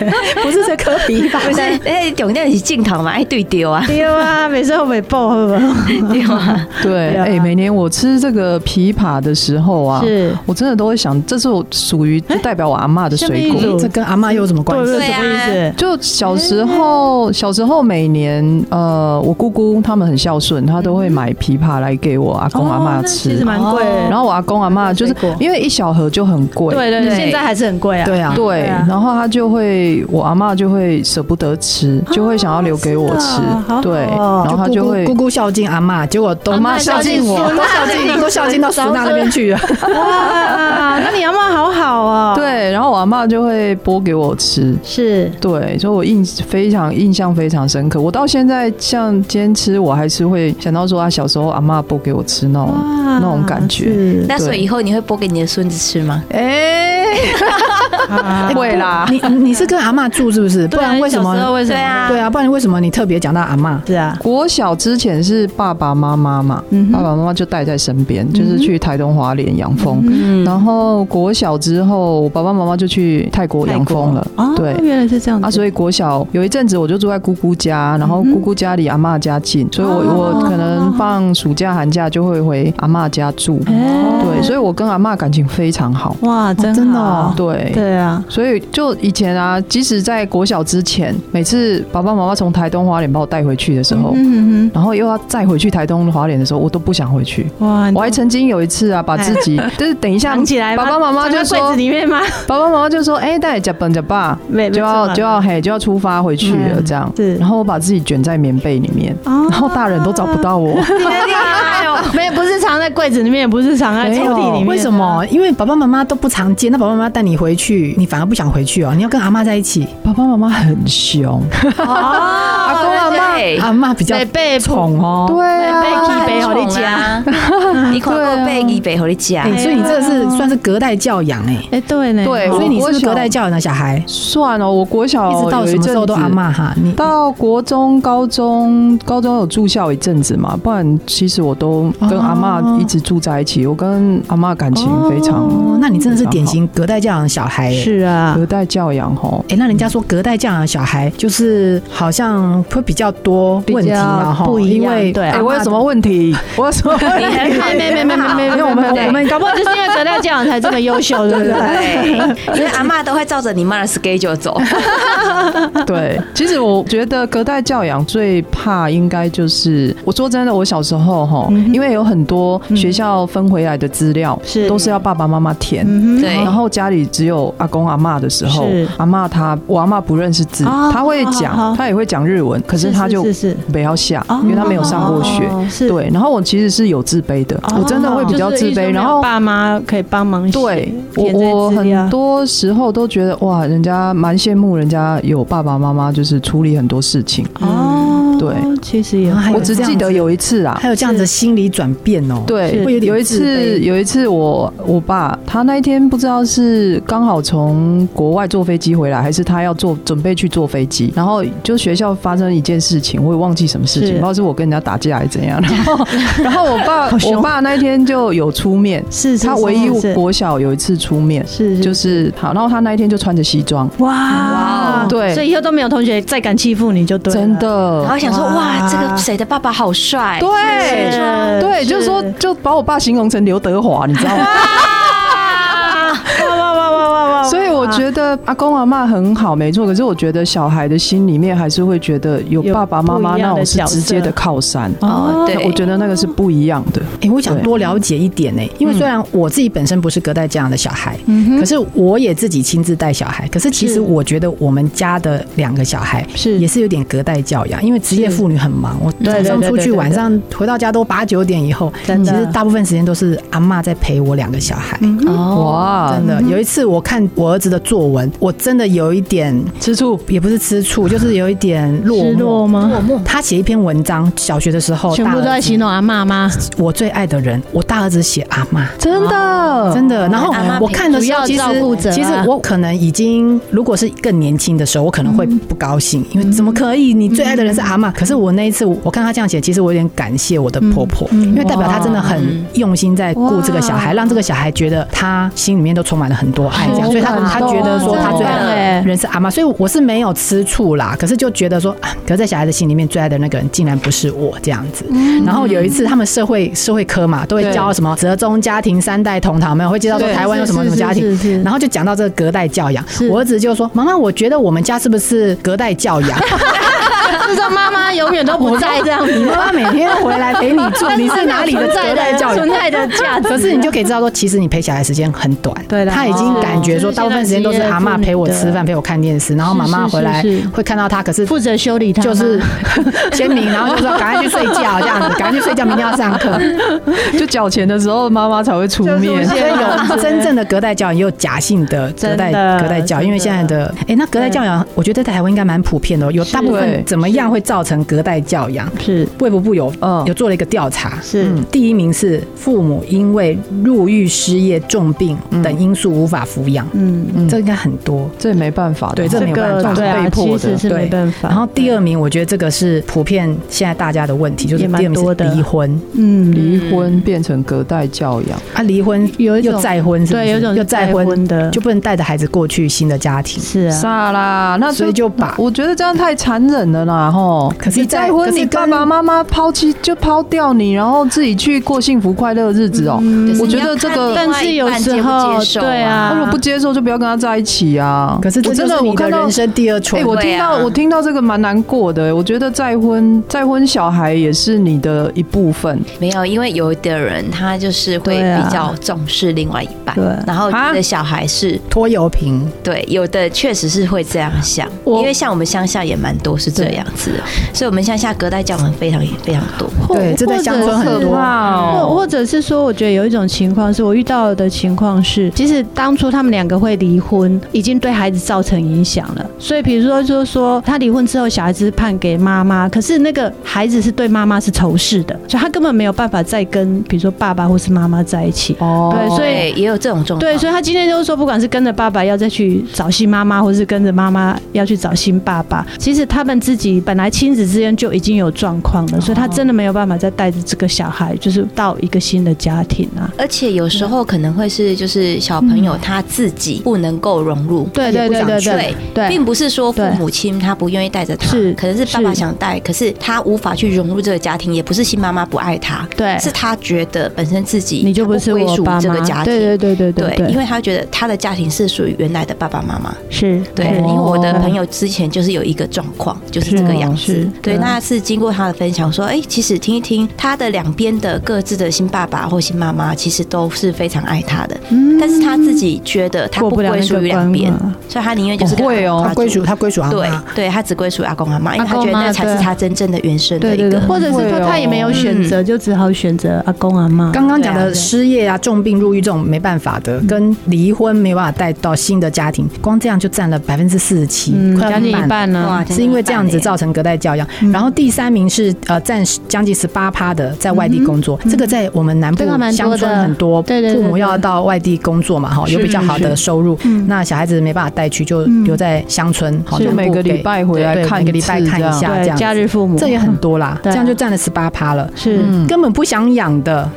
[SPEAKER 2] 不是这颗枇
[SPEAKER 3] 不是
[SPEAKER 2] 杷。，
[SPEAKER 3] 哎，重点是镜头嘛，哎，对丢啊，
[SPEAKER 5] 对啊，每次我没报，会不会？
[SPEAKER 3] 对啊，
[SPEAKER 4] 对，
[SPEAKER 5] 对啊
[SPEAKER 4] 哎，每年我吃这个枇杷的时候啊，
[SPEAKER 5] 是
[SPEAKER 4] 我真的都会想，这是我属于就代表我阿嬷的水
[SPEAKER 5] 哎下面一
[SPEAKER 4] 果
[SPEAKER 5] 种。
[SPEAKER 2] 这跟阿妈又有什么关
[SPEAKER 5] 对
[SPEAKER 2] 系？
[SPEAKER 5] 对，
[SPEAKER 3] 对
[SPEAKER 5] 什
[SPEAKER 3] 啊
[SPEAKER 5] 么意思？
[SPEAKER 4] 就小时
[SPEAKER 5] 哎
[SPEAKER 4] 候，小时候每年，呃，我姑姑他们很孝顺，她都会买枇杷来给我阿公阿
[SPEAKER 5] 哦
[SPEAKER 4] 妈
[SPEAKER 5] 那其
[SPEAKER 4] 吃
[SPEAKER 5] 实。蛮贵的。
[SPEAKER 4] 然后我阿公阿妈就是
[SPEAKER 5] 水果
[SPEAKER 4] 因为一小盒就很贵，
[SPEAKER 5] 对对对，现在还是很贵啊。
[SPEAKER 2] 对啊，
[SPEAKER 4] 对，
[SPEAKER 5] 啊
[SPEAKER 4] 然后他就会，我阿嬷就会舍不得吃，就会想要留给我吃
[SPEAKER 5] 啊是啊好好，
[SPEAKER 4] 对，
[SPEAKER 5] 哦
[SPEAKER 4] 然后他
[SPEAKER 2] 姑
[SPEAKER 4] 就
[SPEAKER 2] 姑
[SPEAKER 4] 会
[SPEAKER 2] 姑姑孝敬阿妈，结果都
[SPEAKER 5] 阿嬷
[SPEAKER 2] 孝敬我，
[SPEAKER 5] 孝敬
[SPEAKER 2] 都孝敬，都孝敬到苏娜那边去了。
[SPEAKER 5] 哇，那你阿妈好好哦。，
[SPEAKER 4] 对，然后我阿嬷就会剥给我吃。
[SPEAKER 5] 是
[SPEAKER 4] 对，所以我印非常印象非常深刻。我到现在像今天吃，我还是会想到说，他啊小时候阿嬷剥给我吃那种
[SPEAKER 5] 啊
[SPEAKER 4] 那种感觉。
[SPEAKER 5] 觉。
[SPEAKER 3] 那所以以后你会剥给你的孙子吃吗？
[SPEAKER 4] 哎，
[SPEAKER 5] 啊
[SPEAKER 4] 会啦，
[SPEAKER 2] 你你是跟阿妈住是不是？不
[SPEAKER 5] 对啊
[SPEAKER 2] 然为什
[SPEAKER 5] 你小时候
[SPEAKER 2] 么？
[SPEAKER 5] 为什么？
[SPEAKER 3] 对啊
[SPEAKER 2] 对啊，不然为什么你特别讲到阿妈？
[SPEAKER 5] 是啊，
[SPEAKER 4] 国小之前是爸爸妈妈嘛，
[SPEAKER 5] 嗯哼嗯
[SPEAKER 4] 爸爸妈妈就带在身边，就是去台东华联养蜂。
[SPEAKER 3] 嗯，
[SPEAKER 4] 然后国小之后，我爸爸妈妈就去泰国养蜂了。
[SPEAKER 5] 哦，
[SPEAKER 4] 对
[SPEAKER 5] 原来是这样子
[SPEAKER 4] 啊，所以国小有一阵子我就住在姑姑家，然后姑姑家离阿嬷家近，所以我
[SPEAKER 5] 嗯哦
[SPEAKER 4] 我可能放暑假寒假就会回阿嬷家住。
[SPEAKER 5] 哎
[SPEAKER 4] 哦对，所以我跟阿嬷感情非常好。
[SPEAKER 5] 哇，真
[SPEAKER 2] 真的
[SPEAKER 5] 好
[SPEAKER 2] 哦
[SPEAKER 4] 对。
[SPEAKER 5] 对啊，
[SPEAKER 4] 所以就以前啊，即使在国小之前，每次爸爸妈妈从台东花莲把我带回去的时候，
[SPEAKER 5] 嗯
[SPEAKER 4] 然后又要再回去台东花莲的时候，我都不想回去。
[SPEAKER 5] 哼，哇，
[SPEAKER 4] 我还曾经有一次啊，把自己 就是等一下
[SPEAKER 5] 想哦哎起来吗，
[SPEAKER 4] 爸爸妈妈就
[SPEAKER 5] 藏在柜
[SPEAKER 4] 说
[SPEAKER 5] 子，里面吗？
[SPEAKER 4] 爸爸妈妈就说，哎、带脚本脚爸
[SPEAKER 5] 没
[SPEAKER 4] 就要就要嘿就要出发回去
[SPEAKER 2] 嗯
[SPEAKER 4] 了这样。
[SPEAKER 5] 是
[SPEAKER 4] 然后我把自己卷在棉被里面，
[SPEAKER 5] 哦
[SPEAKER 4] 然后大人都找不 到我。
[SPEAKER 5] 要， 没有，不是藏在柜子里面，也不是藏在抽屉里面，
[SPEAKER 2] 哎
[SPEAKER 5] 啊
[SPEAKER 2] 为什？ 么？因为爸爸妈妈都不常见，那爸爸妈妈带你回去，你反而不想回去哦。你要跟阿妈在一起，
[SPEAKER 4] 爸爸妈妈很凶，
[SPEAKER 5] 哦，
[SPEAKER 3] 阿公阿妈
[SPEAKER 2] 阿妈比较
[SPEAKER 5] 被哎被
[SPEAKER 2] 宠哦。
[SPEAKER 4] 对啊，
[SPEAKER 5] 哎被
[SPEAKER 3] 阿
[SPEAKER 5] 被
[SPEAKER 3] 妈
[SPEAKER 5] 给
[SPEAKER 3] 很
[SPEAKER 5] 你
[SPEAKER 3] 宠啊，你看过被伊贝和你夹
[SPEAKER 2] 哎，所以你这个
[SPEAKER 5] 哎
[SPEAKER 2] 是
[SPEAKER 5] 呀
[SPEAKER 2] 算是隔代教养哎。
[SPEAKER 5] 哎，对呢，
[SPEAKER 4] 对
[SPEAKER 2] 所以你是不
[SPEAKER 4] 我
[SPEAKER 2] 是
[SPEAKER 4] 小
[SPEAKER 2] 隔代教养的小孩？
[SPEAKER 4] 算哦，我国小
[SPEAKER 2] 一直到
[SPEAKER 4] 有
[SPEAKER 2] 什
[SPEAKER 4] 一
[SPEAKER 2] 么时候
[SPEAKER 4] 阵
[SPEAKER 2] 都阿
[SPEAKER 4] 子
[SPEAKER 2] 妈哈？你
[SPEAKER 4] 到国中、高中，高中有住校一阵子嘛，不然其实我都跟阿嬷一直住在一起。我跟阿嬷感情非常
[SPEAKER 2] 哦哦，那你真的是典型隔代教养的小孩哎。
[SPEAKER 5] 是啊
[SPEAKER 4] 隔，代教养吼。
[SPEAKER 2] 哎、那人家说隔代教养的小孩就是好像会比较多问题嘛，
[SPEAKER 5] 比较
[SPEAKER 2] 哈，
[SPEAKER 5] 不一
[SPEAKER 2] 因
[SPEAKER 5] 样
[SPEAKER 2] 为
[SPEAKER 5] 对啊
[SPEAKER 4] 哎，我有什么问 题？我有什么问题？
[SPEAKER 5] 没没没没没没没，
[SPEAKER 2] 因为我 们我们
[SPEAKER 5] 搞不好就是因为隔代教养才这么优秀，哎 对不对？
[SPEAKER 3] 对，因为阿妈都会照着你妈的 schedule 走。
[SPEAKER 4] 对，其实我觉得隔代教养最怕应该就是，我说真的，我小时候哈，
[SPEAKER 5] 嗯
[SPEAKER 4] 因为有很多学校分回来的资料
[SPEAKER 5] 是
[SPEAKER 4] 都是要爸爸妈妈填，
[SPEAKER 5] 嗯哼，
[SPEAKER 3] 对
[SPEAKER 4] 然后候家里只有阿公阿嬷的时候
[SPEAKER 5] 是，
[SPEAKER 4] 阿嬷她我阿嬷不认识字，
[SPEAKER 5] 哦
[SPEAKER 4] 她会
[SPEAKER 5] 好好
[SPEAKER 4] 讲，
[SPEAKER 5] 好
[SPEAKER 4] 她也会讲日文，可是她就是
[SPEAKER 5] 是是
[SPEAKER 4] 不要下
[SPEAKER 5] 哦，
[SPEAKER 4] 因为她没有上过学。
[SPEAKER 5] 哦是哦
[SPEAKER 4] 对，然后我其实是有自卑的，我真的会比较自
[SPEAKER 5] 就是一直没
[SPEAKER 4] 卑，
[SPEAKER 5] 有
[SPEAKER 4] 然后。
[SPEAKER 5] 爸妈可以帮忙写
[SPEAKER 4] 对我，
[SPEAKER 5] 填这些
[SPEAKER 4] 我
[SPEAKER 5] 资
[SPEAKER 2] 啊
[SPEAKER 5] 料
[SPEAKER 4] 很多时候都觉得哇，人家蛮羡慕人家有爸爸妈妈，就是处理很多事情。
[SPEAKER 5] 哦，
[SPEAKER 4] 对，
[SPEAKER 5] 其实也
[SPEAKER 2] 啊还有
[SPEAKER 4] 我只
[SPEAKER 2] 这样
[SPEAKER 4] 记得
[SPEAKER 2] 子
[SPEAKER 4] 有一次啊，
[SPEAKER 2] 还有这样子的心理转变哦，，
[SPEAKER 4] 对，
[SPEAKER 2] 会有点
[SPEAKER 4] 有一
[SPEAKER 2] 自
[SPEAKER 4] 次，
[SPEAKER 2] 卑
[SPEAKER 4] 有一次我我爸他那一天不知道是刚好从国外坐飞机回来，还是他要坐准备去坐飞机，然后就学校发生一件事情，我也忘记什么事情，
[SPEAKER 5] 是
[SPEAKER 4] 不知道是我跟人家打架还是怎样。然 后然后我爸
[SPEAKER 5] 好凶
[SPEAKER 4] 我爸那一天就有出面，
[SPEAKER 5] 是是
[SPEAKER 4] 他唯一
[SPEAKER 5] 是是
[SPEAKER 4] 国小有一次出面，
[SPEAKER 5] 是
[SPEAKER 4] 就是是好，然后他那一天就穿着西装，
[SPEAKER 5] 哇哦
[SPEAKER 4] 哇对
[SPEAKER 5] 所以以后都没有同学再敢欺负你就对了，
[SPEAKER 4] 真的
[SPEAKER 3] 然后想说，哇，这个谁的爸爸好帅，
[SPEAKER 4] 对
[SPEAKER 5] 哎是
[SPEAKER 4] 对，就是说就把我爸形容成刘德华，你知道吗？
[SPEAKER 5] 哇哇哇哇哇哇！
[SPEAKER 4] 所以我觉得阿公阿嬷很好，没错。可是我觉得小孩的心里面还是会觉得有
[SPEAKER 5] 有
[SPEAKER 4] 爸爸妈妈
[SPEAKER 5] 不一
[SPEAKER 4] 那
[SPEAKER 5] 样的
[SPEAKER 4] 种是
[SPEAKER 5] 角色
[SPEAKER 4] 直接的靠山。啊
[SPEAKER 3] 哦，对，
[SPEAKER 4] 我觉得那个是不一样的。
[SPEAKER 2] 哎、我
[SPEAKER 5] 啊
[SPEAKER 2] 想多了解一点呢、因为
[SPEAKER 5] 嗯
[SPEAKER 2] 虽然我自己本身不是隔代这样的小孩，可是我也自己亲自带小孩。可是其实
[SPEAKER 5] 是
[SPEAKER 2] 我觉得我们家的两个小孩
[SPEAKER 5] 是
[SPEAKER 2] 也是有点隔代教养，因为职业妇女很忙，我
[SPEAKER 5] 对
[SPEAKER 2] 早
[SPEAKER 5] 对
[SPEAKER 2] 上
[SPEAKER 5] 对
[SPEAKER 2] 出
[SPEAKER 5] 对
[SPEAKER 2] 去，
[SPEAKER 5] 对
[SPEAKER 2] 晚上回到家都八九点以后，
[SPEAKER 5] 真
[SPEAKER 2] 其
[SPEAKER 5] 的嗯
[SPEAKER 2] 实大部分时间都是阿嬷在陪我两个小孩。
[SPEAKER 3] 哦
[SPEAKER 4] 哇，
[SPEAKER 2] 真的，有一次我看我儿子的作文，我真的有一点
[SPEAKER 4] 吃醋
[SPEAKER 2] 也不是吃醋，就是有一点落
[SPEAKER 5] 失落
[SPEAKER 2] 寞。
[SPEAKER 5] 吗？哦
[SPEAKER 2] 他写一篇文章，小学的时候，
[SPEAKER 5] 全
[SPEAKER 2] 大
[SPEAKER 5] 部
[SPEAKER 2] 儿
[SPEAKER 5] 都在
[SPEAKER 2] 子
[SPEAKER 5] 形容阿妈吗？
[SPEAKER 2] 我最爱的人，我大儿子写阿嬷。
[SPEAKER 4] 真的
[SPEAKER 2] 真的。然后
[SPEAKER 3] 阿嬷
[SPEAKER 2] 我看的时候，
[SPEAKER 6] 主
[SPEAKER 2] 其
[SPEAKER 6] 要照
[SPEAKER 2] 实
[SPEAKER 6] 顾者啊
[SPEAKER 2] 其实我可能已经，如果是更年轻的时候，我可能会不高兴，因为怎么可以？你最爱的人是阿嬷。可是我那一次，我看她这样写，其实我有点感谢我的婆婆，因为代表她真的很用心在顾这个小孩，让这个小孩觉得她心里面都充满了很多爱，这样，
[SPEAKER 5] 好
[SPEAKER 2] 所以她她
[SPEAKER 5] 感动
[SPEAKER 2] 觉得说
[SPEAKER 5] 哇
[SPEAKER 2] 她最爱
[SPEAKER 5] 真的耶
[SPEAKER 2] 的人是阿嬷，所以我是没有吃醋啦，可是就觉得说，啊可是在小孩的心里面，最爱的那个人竟然不是我这样子。
[SPEAKER 5] 嗯
[SPEAKER 2] 然后有一次，他们社会社会科嘛，都会
[SPEAKER 4] 对
[SPEAKER 2] 教什么折中家庭三代同堂，没有会介绍说
[SPEAKER 4] 对
[SPEAKER 2] 台湾有什么什么家
[SPEAKER 5] 是
[SPEAKER 2] 庭
[SPEAKER 5] 是是是，
[SPEAKER 2] 然后就讲到这个隔代教养，我儿子就说：“妈妈，我觉得我们家是不是隔代教 养？
[SPEAKER 5] 是说妈妈永远都不在这样
[SPEAKER 2] 你
[SPEAKER 5] 子，
[SPEAKER 2] 妈妈每天回来陪你住，你是哪里的隔代教
[SPEAKER 5] 存
[SPEAKER 2] 养？”
[SPEAKER 5] 在的价值。
[SPEAKER 2] 可是你就可以知道说，其实你陪小孩时间很短，
[SPEAKER 5] 啊对啦
[SPEAKER 2] 他已经感觉说，
[SPEAKER 5] 哦
[SPEAKER 2] 大部分时间都是阿嬷陪我吃饭、陪我看电视，然后妈妈回来
[SPEAKER 5] 是是是
[SPEAKER 2] 会看到他，可是
[SPEAKER 5] 负责修理他，
[SPEAKER 2] 就是 签名，然后就说赶快去睡觉这样子，赶快去睡觉，明天要上 课。
[SPEAKER 4] 就缴钱的时候妈妈才会出面。
[SPEAKER 2] 所以有真正的隔代教养，也有假性的隔代
[SPEAKER 5] 啊真的
[SPEAKER 2] 隔代教养，因为现在的哎、那隔代教养，我觉得在台湾应该蛮普遍的、哦，有大部
[SPEAKER 4] 对
[SPEAKER 2] 分怎么样会造成隔代教养？
[SPEAKER 5] 是
[SPEAKER 2] 卫福部有
[SPEAKER 4] 嗯
[SPEAKER 2] 有做了一个调查，
[SPEAKER 5] 哦
[SPEAKER 2] 嗯
[SPEAKER 5] 是
[SPEAKER 2] 第一名是父母因为入狱、失业、重病等因素无法抚养，
[SPEAKER 5] 嗯，
[SPEAKER 2] 这应该很多。
[SPEAKER 4] 这没办法的，
[SPEAKER 2] 对这
[SPEAKER 5] 这
[SPEAKER 2] 没有办
[SPEAKER 5] 个
[SPEAKER 2] 法
[SPEAKER 5] 对啊，
[SPEAKER 4] 被迫
[SPEAKER 5] 其
[SPEAKER 4] 的
[SPEAKER 5] 实是
[SPEAKER 2] 对
[SPEAKER 5] 没办法。
[SPEAKER 2] 然后第二名，我觉得这个是普遍现在大家的问题，就是
[SPEAKER 5] 也
[SPEAKER 2] 第
[SPEAKER 5] 蛮
[SPEAKER 2] 二名
[SPEAKER 5] 多
[SPEAKER 2] 是
[SPEAKER 5] 的
[SPEAKER 2] 离婚，
[SPEAKER 5] 嗯，
[SPEAKER 4] 离婚变成隔代教养，
[SPEAKER 2] 啊，离婚
[SPEAKER 5] 有一种
[SPEAKER 2] 又再婚是不是，
[SPEAKER 5] 对有一种是
[SPEAKER 2] 又再
[SPEAKER 5] 再婚的
[SPEAKER 2] 就不能带着孩子过去新的家庭。
[SPEAKER 5] 是啊，
[SPEAKER 4] 傻啦，那
[SPEAKER 2] 所以就把
[SPEAKER 4] 我觉得这样太残忍了啦，吼！
[SPEAKER 2] 可是
[SPEAKER 4] 你
[SPEAKER 2] 在
[SPEAKER 4] 再婚，
[SPEAKER 2] 可是
[SPEAKER 4] 你爸
[SPEAKER 2] 跟
[SPEAKER 4] 爸妈妈抛弃就抛掉你，然后自己去过幸福快乐的日子哦。
[SPEAKER 2] 嗯啊
[SPEAKER 5] 啊
[SPEAKER 4] 我觉得这个
[SPEAKER 5] 但是有时候对啊，
[SPEAKER 4] 如果不接受，就不要跟他在一起啊。
[SPEAKER 2] 可是这
[SPEAKER 4] 我真
[SPEAKER 2] 就
[SPEAKER 4] 的
[SPEAKER 2] 是
[SPEAKER 4] 我
[SPEAKER 2] 你的
[SPEAKER 4] 看到
[SPEAKER 2] 人。生第二春。
[SPEAKER 4] 哎、我
[SPEAKER 3] 对
[SPEAKER 4] 听
[SPEAKER 3] 啊
[SPEAKER 4] 到、我听到这个蛮难过的、我觉得再婚再婚小孩也是你的一部分，
[SPEAKER 3] 没有，因为有的人他就是会
[SPEAKER 5] 对啊
[SPEAKER 3] 比较重视另外一半，
[SPEAKER 5] 对
[SPEAKER 3] 然后
[SPEAKER 4] 啊
[SPEAKER 3] 你的小孩是
[SPEAKER 2] 拖油瓶，
[SPEAKER 3] 对，有的确实是会这样想，
[SPEAKER 5] 我
[SPEAKER 3] 因为像我们乡下也蛮多是这样子的，所以我们乡下隔代教养非常非常多。
[SPEAKER 5] 或
[SPEAKER 2] 对，这在
[SPEAKER 5] 或者
[SPEAKER 2] 乡村很
[SPEAKER 5] 是
[SPEAKER 2] 多。
[SPEAKER 4] 哦
[SPEAKER 2] 哦
[SPEAKER 5] 或或者是说，我觉得有一种情况是我遇到的情况是，其实当初他们两个会离婚，已经对孩子造成影响了。所以，比如说，就是说他离婚之后，小孩子判给妈妈，可是那个孩子是对妈妈是仇视的，所以他根本没有办法再跟比如说爸爸或是妈妈在一起。
[SPEAKER 4] 哦
[SPEAKER 5] 对，所以
[SPEAKER 3] 对，也有这
[SPEAKER 2] 哦
[SPEAKER 3] 种状况。
[SPEAKER 5] 对，所以他今天就是说，不管是跟着爸爸要再去找新妈妈，或是跟着妈妈要去找新爸爸，其实他们自己本来亲子之间就已经有状况了，所以他真的没有办法再带着这个小孩，就是到一个新的家庭啊。
[SPEAKER 3] 而且有时候可能会是就是小朋友他自己不能够融入，
[SPEAKER 5] 对对对对对对
[SPEAKER 3] 并不是说父母亲他不愿意带着他
[SPEAKER 5] 是，
[SPEAKER 3] 可能是爸爸
[SPEAKER 5] 是
[SPEAKER 3] 想带，可是他无法去融入这个家庭，也不是新妈妈不爱他，
[SPEAKER 5] 对，
[SPEAKER 3] 是他觉得本身自己
[SPEAKER 5] 你就不是
[SPEAKER 3] 归
[SPEAKER 5] 我
[SPEAKER 3] 属
[SPEAKER 5] 爸
[SPEAKER 3] 这个
[SPEAKER 5] 妈，
[SPEAKER 3] 家庭。
[SPEAKER 5] 对对对对
[SPEAKER 3] 对因
[SPEAKER 5] 对，
[SPEAKER 3] 为他觉得他的家庭是属于原来的爸爸妈妈。
[SPEAKER 5] 是，
[SPEAKER 3] 对，
[SPEAKER 5] 是
[SPEAKER 3] 因为我的
[SPEAKER 5] 对
[SPEAKER 3] 朋友之前就是有一个状况，就是这
[SPEAKER 7] 个样子。
[SPEAKER 5] 是
[SPEAKER 7] 对，那是经过他的分享说，哎、其实听一听他的两边的各自的新爸爸或新妈妈，其实都是非常爱他的，但是他自己觉得
[SPEAKER 5] 嗯
[SPEAKER 7] 他
[SPEAKER 5] 过
[SPEAKER 7] 不
[SPEAKER 5] 不了
[SPEAKER 7] 归
[SPEAKER 5] 那
[SPEAKER 7] 属
[SPEAKER 5] 个
[SPEAKER 7] 于两
[SPEAKER 5] 关
[SPEAKER 7] 边
[SPEAKER 5] 嘛，
[SPEAKER 7] 所以他宁愿就是跟
[SPEAKER 4] 哦会哦
[SPEAKER 7] 阿公阿
[SPEAKER 2] 他
[SPEAKER 7] 祖
[SPEAKER 2] 归属他归属阿
[SPEAKER 7] 对啊
[SPEAKER 2] 妈，
[SPEAKER 7] 对，他只归属阿公阿妈，因为他
[SPEAKER 6] 阿公
[SPEAKER 7] 觉得
[SPEAKER 6] 妈
[SPEAKER 7] 那才是
[SPEAKER 6] 对
[SPEAKER 7] 他真正的原生的
[SPEAKER 5] 对
[SPEAKER 7] 一
[SPEAKER 5] 对对，
[SPEAKER 7] 个。
[SPEAKER 5] 或者是说
[SPEAKER 4] 会哦
[SPEAKER 5] 他也没有选择，就只好选择阿公阿妈。
[SPEAKER 2] 刚刚讲
[SPEAKER 7] 对啊
[SPEAKER 2] 的
[SPEAKER 7] 对
[SPEAKER 2] 失业啊、重病入狱这种没办法的，跟离婚没办法带到新的家庭，光这样就占了百分之四十七，
[SPEAKER 5] 嗯，
[SPEAKER 2] 快要
[SPEAKER 5] 将近一
[SPEAKER 2] 了
[SPEAKER 5] 半呢。
[SPEAKER 7] 哇
[SPEAKER 2] 是因为这
[SPEAKER 7] 欸
[SPEAKER 2] 样子造成隔代教养。
[SPEAKER 6] 嗯
[SPEAKER 2] 然后第三名是呃，占将近十八趴的在
[SPEAKER 6] 嗯
[SPEAKER 2] 外地工作，这个在我们南部
[SPEAKER 6] 这个蛮多
[SPEAKER 2] 乡
[SPEAKER 6] 的
[SPEAKER 2] 村很多，
[SPEAKER 6] 对对对
[SPEAKER 2] 父母
[SPEAKER 6] 对
[SPEAKER 2] 要到外地工作嘛，哈，有比较好的收入，
[SPEAKER 6] 嗯
[SPEAKER 2] 那小孩子没办法带去，就留在乡村，好，
[SPEAKER 4] 就
[SPEAKER 2] 南部
[SPEAKER 4] 每个礼
[SPEAKER 2] 给
[SPEAKER 4] 拜回来
[SPEAKER 2] 对
[SPEAKER 4] 看
[SPEAKER 2] 每个礼拜
[SPEAKER 4] 一次
[SPEAKER 2] 看一
[SPEAKER 4] 这
[SPEAKER 2] 下
[SPEAKER 4] 样
[SPEAKER 2] 这
[SPEAKER 5] 对，
[SPEAKER 2] 样
[SPEAKER 5] 假
[SPEAKER 2] 子，
[SPEAKER 5] 日父母
[SPEAKER 2] 这也很多啦，
[SPEAKER 5] 对
[SPEAKER 2] 这
[SPEAKER 5] 啊
[SPEAKER 2] 样就占了十八趴了。
[SPEAKER 5] 是
[SPEAKER 4] 嗯
[SPEAKER 2] 根本不想养 的，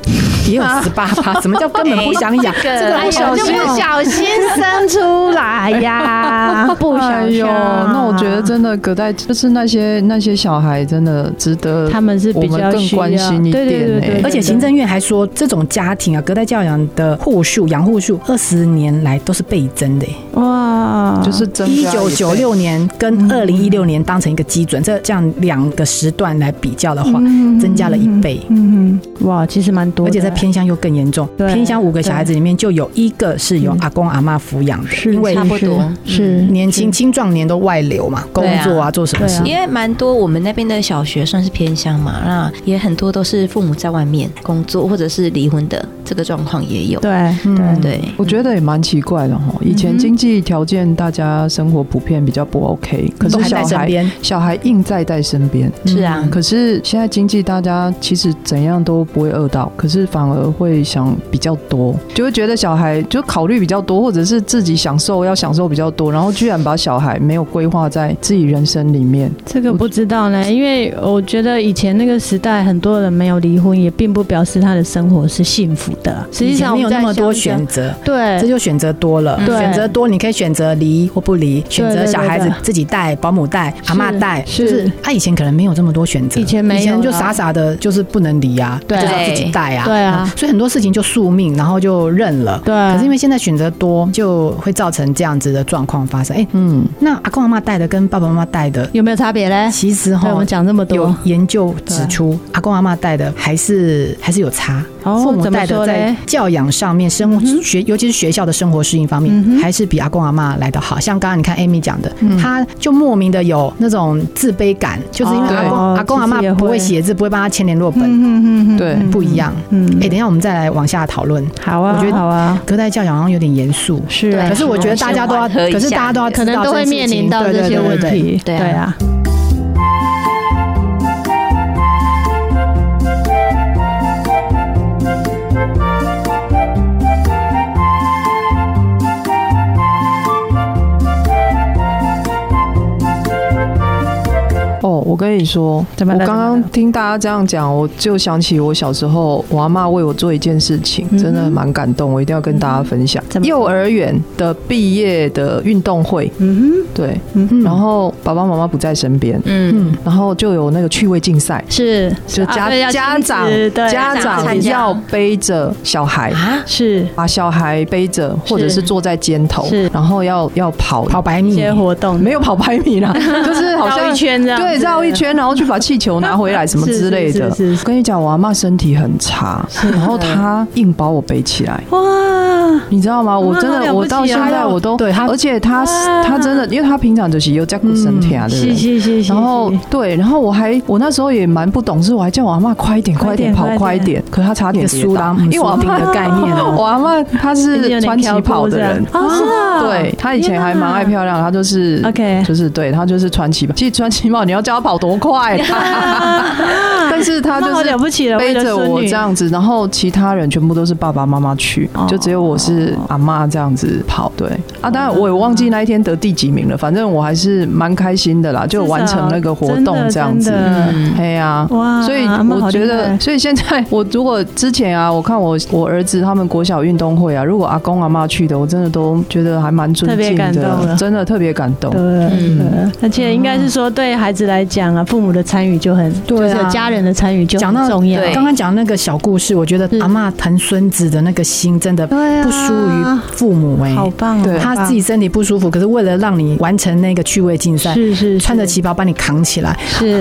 [SPEAKER 2] 也有十八趴。什么叫根本不想养？这
[SPEAKER 3] 哎
[SPEAKER 2] 个不小
[SPEAKER 5] 就
[SPEAKER 2] 心
[SPEAKER 5] 不
[SPEAKER 2] 哦。
[SPEAKER 5] 小心生出来 呀，不
[SPEAKER 4] 哎
[SPEAKER 2] 啊
[SPEAKER 5] 小心。
[SPEAKER 4] 呦，那我觉得真的隔代就是那些那些小孩真的值得
[SPEAKER 5] 他们是比
[SPEAKER 4] 我
[SPEAKER 5] 较
[SPEAKER 4] 们更
[SPEAKER 5] 需要
[SPEAKER 4] 关心一
[SPEAKER 5] 对对
[SPEAKER 4] 点
[SPEAKER 5] 对
[SPEAKER 4] 欸
[SPEAKER 5] 对对
[SPEAKER 2] 而且行政院还说，这种家庭啊，隔代教养的户数、养户数，二十年来都是倍增的耶。
[SPEAKER 5] 哇，
[SPEAKER 4] 就是增加
[SPEAKER 2] 啊一
[SPEAKER 4] 也
[SPEAKER 2] 九九
[SPEAKER 4] 对
[SPEAKER 2] 六年
[SPEAKER 5] 嗯
[SPEAKER 2] 跟二零一六年当成一个基准，这这样两个时段来比较的话，增加了一倍。
[SPEAKER 5] 嗯，哇，其实蛮多
[SPEAKER 2] 而
[SPEAKER 5] 的，
[SPEAKER 2] 且在偏乡又更严重，
[SPEAKER 5] 对
[SPEAKER 2] 偏乡五个小孩子里面就有一个是由阿公阿妈抚养的，
[SPEAKER 5] 是
[SPEAKER 2] 因为
[SPEAKER 7] 差不多
[SPEAKER 5] 是嗯是
[SPEAKER 2] 嗯年轻青壮年都外流嘛，工
[SPEAKER 7] 对啊
[SPEAKER 2] 作啊，做什么
[SPEAKER 5] 对啊
[SPEAKER 2] 事
[SPEAKER 7] 因为蛮多我们那边的小学算是偏乡嘛，那也很多都是父母在外面工作或者是离婚的，这个状况也有。
[SPEAKER 5] 对
[SPEAKER 2] 嗯
[SPEAKER 5] 对
[SPEAKER 7] 对，
[SPEAKER 4] 我觉得也蛮奇怪的哈。以前经济条件大家生活普遍比较不 OK，可
[SPEAKER 2] 都
[SPEAKER 4] 是
[SPEAKER 2] 还在
[SPEAKER 4] 小
[SPEAKER 2] 身
[SPEAKER 4] 孩
[SPEAKER 2] 边，
[SPEAKER 4] 小孩硬在在身边。嗯
[SPEAKER 7] 是啊，
[SPEAKER 4] 可是现在经济大家其实怎样都不会饿到，可是反而会想比较多，就会觉得小孩就考虑比较多，或者是自己享受要享受比较多，然后居然把小孩没有规划在自己人生里面。
[SPEAKER 5] 这个不知道呢，因为我觉得以前那个时代，很多人没有离婚，也并不表示他的生活是幸福的。实际
[SPEAKER 2] 以前
[SPEAKER 5] 上
[SPEAKER 2] 没
[SPEAKER 5] 我
[SPEAKER 2] 有
[SPEAKER 5] 们
[SPEAKER 2] 那
[SPEAKER 5] 在
[SPEAKER 2] 么多
[SPEAKER 5] 乡下
[SPEAKER 2] 选，择，
[SPEAKER 5] 对嗯
[SPEAKER 2] 这，就选择多了。
[SPEAKER 5] 对
[SPEAKER 2] 选择多，你可以选择离或不离，选择小孩子
[SPEAKER 5] 对对
[SPEAKER 2] 自己带、保姆带、阿妈带，
[SPEAKER 5] 是
[SPEAKER 2] 就是啊他以前可能没有这么多选择，
[SPEAKER 5] 以前没有
[SPEAKER 2] 以前就
[SPEAKER 5] 啦
[SPEAKER 2] 傻傻的，就是不能离啊，
[SPEAKER 5] 对
[SPEAKER 2] 就是要自己带啊，
[SPEAKER 5] 对啊
[SPEAKER 2] 嗯所以很多事情就宿命，然后就认了。
[SPEAKER 5] 对
[SPEAKER 2] 可是因为现在选择多，就会造成这样子的状况发生。哎，
[SPEAKER 4] 嗯，
[SPEAKER 2] 那阿公阿妈带的跟爸爸妈妈带的，
[SPEAKER 5] 有没有差别嘞？
[SPEAKER 2] 其实
[SPEAKER 5] 对，我
[SPEAKER 2] 哈
[SPEAKER 5] 们。讲这么
[SPEAKER 2] 有
[SPEAKER 5] 多，
[SPEAKER 2] 研究指出，阿公阿妈带的还是还是有差，父母
[SPEAKER 5] 哦怎么
[SPEAKER 2] 带的
[SPEAKER 5] 说
[SPEAKER 2] 在
[SPEAKER 5] 嘞？嗯
[SPEAKER 2] 教养上面、生活学，尤其是学校的生活适应方面，还是比阿公阿妈来的好。像刚刚你看 Amy 讲的，
[SPEAKER 5] 嗯
[SPEAKER 2] 她就莫名的有那种自卑感，就是因为
[SPEAKER 5] 哦
[SPEAKER 2] 阿公
[SPEAKER 5] 对
[SPEAKER 2] 阿公阿妈
[SPEAKER 5] 其实也会
[SPEAKER 2] 不会写字，不会帮他签联络本，
[SPEAKER 5] 嗯嗯
[SPEAKER 4] 对
[SPEAKER 2] 不一样。
[SPEAKER 5] 嗯
[SPEAKER 2] 哎，等一下我们再来往下讨论。
[SPEAKER 5] 好啊，
[SPEAKER 2] 我觉得
[SPEAKER 5] 好啊，
[SPEAKER 2] 隔代教养好像有点严肃，
[SPEAKER 5] 是啊
[SPEAKER 2] 可是我觉得大家都要，
[SPEAKER 7] 我们先缓和一下
[SPEAKER 2] 可是大家都要
[SPEAKER 6] 可
[SPEAKER 2] 知道这件
[SPEAKER 6] 能都会
[SPEAKER 2] 事情，
[SPEAKER 6] 面临到这
[SPEAKER 5] 这
[SPEAKER 6] 些
[SPEAKER 5] 些
[SPEAKER 6] 问
[SPEAKER 5] 问
[SPEAKER 6] 题。
[SPEAKER 5] 题，
[SPEAKER 7] 对啊
[SPEAKER 5] 对啊，
[SPEAKER 4] 哦，我跟你说，
[SPEAKER 5] 怎么嗯
[SPEAKER 4] 我
[SPEAKER 5] 了
[SPEAKER 4] 刚
[SPEAKER 5] 怎么
[SPEAKER 4] 刚
[SPEAKER 5] 了
[SPEAKER 4] 听大家这样讲，我就想起我小时候，我阿妈为我做一件事情，真的蛮感动，我一定要跟大家分享。
[SPEAKER 5] 怎么
[SPEAKER 4] 幼儿园的毕业的运动会，
[SPEAKER 5] 嗯
[SPEAKER 4] 对，
[SPEAKER 2] 嗯
[SPEAKER 4] 然后爸爸妈妈不在身边，
[SPEAKER 7] 嗯，
[SPEAKER 4] 然后就有那个趣味竞赛。
[SPEAKER 5] 哼，是
[SPEAKER 4] 就家、
[SPEAKER 5] 啊对要
[SPEAKER 4] 家
[SPEAKER 5] 亲子
[SPEAKER 4] 长
[SPEAKER 5] 对
[SPEAKER 4] 家
[SPEAKER 7] 参
[SPEAKER 4] 长
[SPEAKER 7] 加
[SPEAKER 4] 要背着小孩，
[SPEAKER 5] 啊是
[SPEAKER 4] 把小孩背着，或者是坐在肩头
[SPEAKER 5] 是，
[SPEAKER 4] 然后要要跑
[SPEAKER 2] 跑百米
[SPEAKER 5] 一，些活动，
[SPEAKER 4] 没有跑百米 啦，就是好
[SPEAKER 5] 绕
[SPEAKER 4] 像
[SPEAKER 5] 一圈这样子，
[SPEAKER 4] 对，绕一圈，然后去把气球拿回来什么之类的。
[SPEAKER 5] 是是是是
[SPEAKER 4] 跟你讲，我阿妈身体很差，然后她硬把我背起来，
[SPEAKER 5] 哇，
[SPEAKER 4] 你知道吗？我真
[SPEAKER 5] 好了
[SPEAKER 4] 的，
[SPEAKER 5] 不
[SPEAKER 4] 我
[SPEAKER 5] 起
[SPEAKER 4] 到现
[SPEAKER 5] 啊
[SPEAKER 4] 在我都
[SPEAKER 2] 对她
[SPEAKER 4] 而且她她真的，因为她平常就是有在骨身体啊的
[SPEAKER 5] 是
[SPEAKER 4] 人。
[SPEAKER 5] 是是是，
[SPEAKER 4] 然后
[SPEAKER 5] 是
[SPEAKER 4] 对，然后我还我那时候也蛮不懂事，我还叫我阿妈快一点，快一点
[SPEAKER 5] 快
[SPEAKER 4] 跑
[SPEAKER 5] 点，
[SPEAKER 4] 快一点。可她差
[SPEAKER 2] 一
[SPEAKER 4] 点
[SPEAKER 2] 个
[SPEAKER 4] 跌
[SPEAKER 2] 苏
[SPEAKER 4] 倒
[SPEAKER 2] 拉，姆
[SPEAKER 4] 因为我阿
[SPEAKER 2] 苏
[SPEAKER 4] 妈
[SPEAKER 2] 丁的概念哦
[SPEAKER 4] 我阿妈她是穿旗袍的人，
[SPEAKER 5] 哦，是啊，
[SPEAKER 4] 对她以前还蛮爱
[SPEAKER 5] 天
[SPEAKER 4] 漂亮，她就是
[SPEAKER 5] OK
[SPEAKER 4] 就是对她就是穿旗袍。其实穿旗袍你要叫她跑多快，啊 但是她就
[SPEAKER 5] 哪，那好
[SPEAKER 4] 是
[SPEAKER 5] 了不起了，
[SPEAKER 4] 背着我这样子，然后其他人全部都是爸爸妈妈去，
[SPEAKER 5] 哦
[SPEAKER 4] 就只有我是阿妈这样子跑。对啊，当
[SPEAKER 5] 哦
[SPEAKER 4] 然我也忘记那一天得第几名了，反正我还是蛮开心的啦，就完成那个活动这样子。
[SPEAKER 5] 嗯
[SPEAKER 4] 哎呀、
[SPEAKER 5] 哇
[SPEAKER 4] 所以
[SPEAKER 5] 阿嬷好
[SPEAKER 4] 我觉
[SPEAKER 5] 厉害
[SPEAKER 4] 得，所以现在我如果之前啊，我看我我儿子他们国小运动会啊，如果阿公阿妈去的，我真的都觉得还蛮尊
[SPEAKER 5] 特别
[SPEAKER 4] 敬
[SPEAKER 5] 感动了
[SPEAKER 4] 的，真的特别感动。
[SPEAKER 5] 对，嗯而且应该是说对孩子来讲啊，父母的参与就很，就是有家人的参与就
[SPEAKER 2] 讲
[SPEAKER 5] 很
[SPEAKER 2] 到
[SPEAKER 5] 重要，
[SPEAKER 7] 对
[SPEAKER 5] 啊
[SPEAKER 2] 刚刚讲那个小故事，我觉得阿妈疼孙子的那个心真的不不输于父母哎、
[SPEAKER 5] 好棒，
[SPEAKER 4] 对
[SPEAKER 5] 好棒
[SPEAKER 2] 他自己身体不舒服，可是为了让你完成那个趣味竞赛，
[SPEAKER 5] 是是
[SPEAKER 2] 穿着旗袍把你扛起来，
[SPEAKER 5] 是，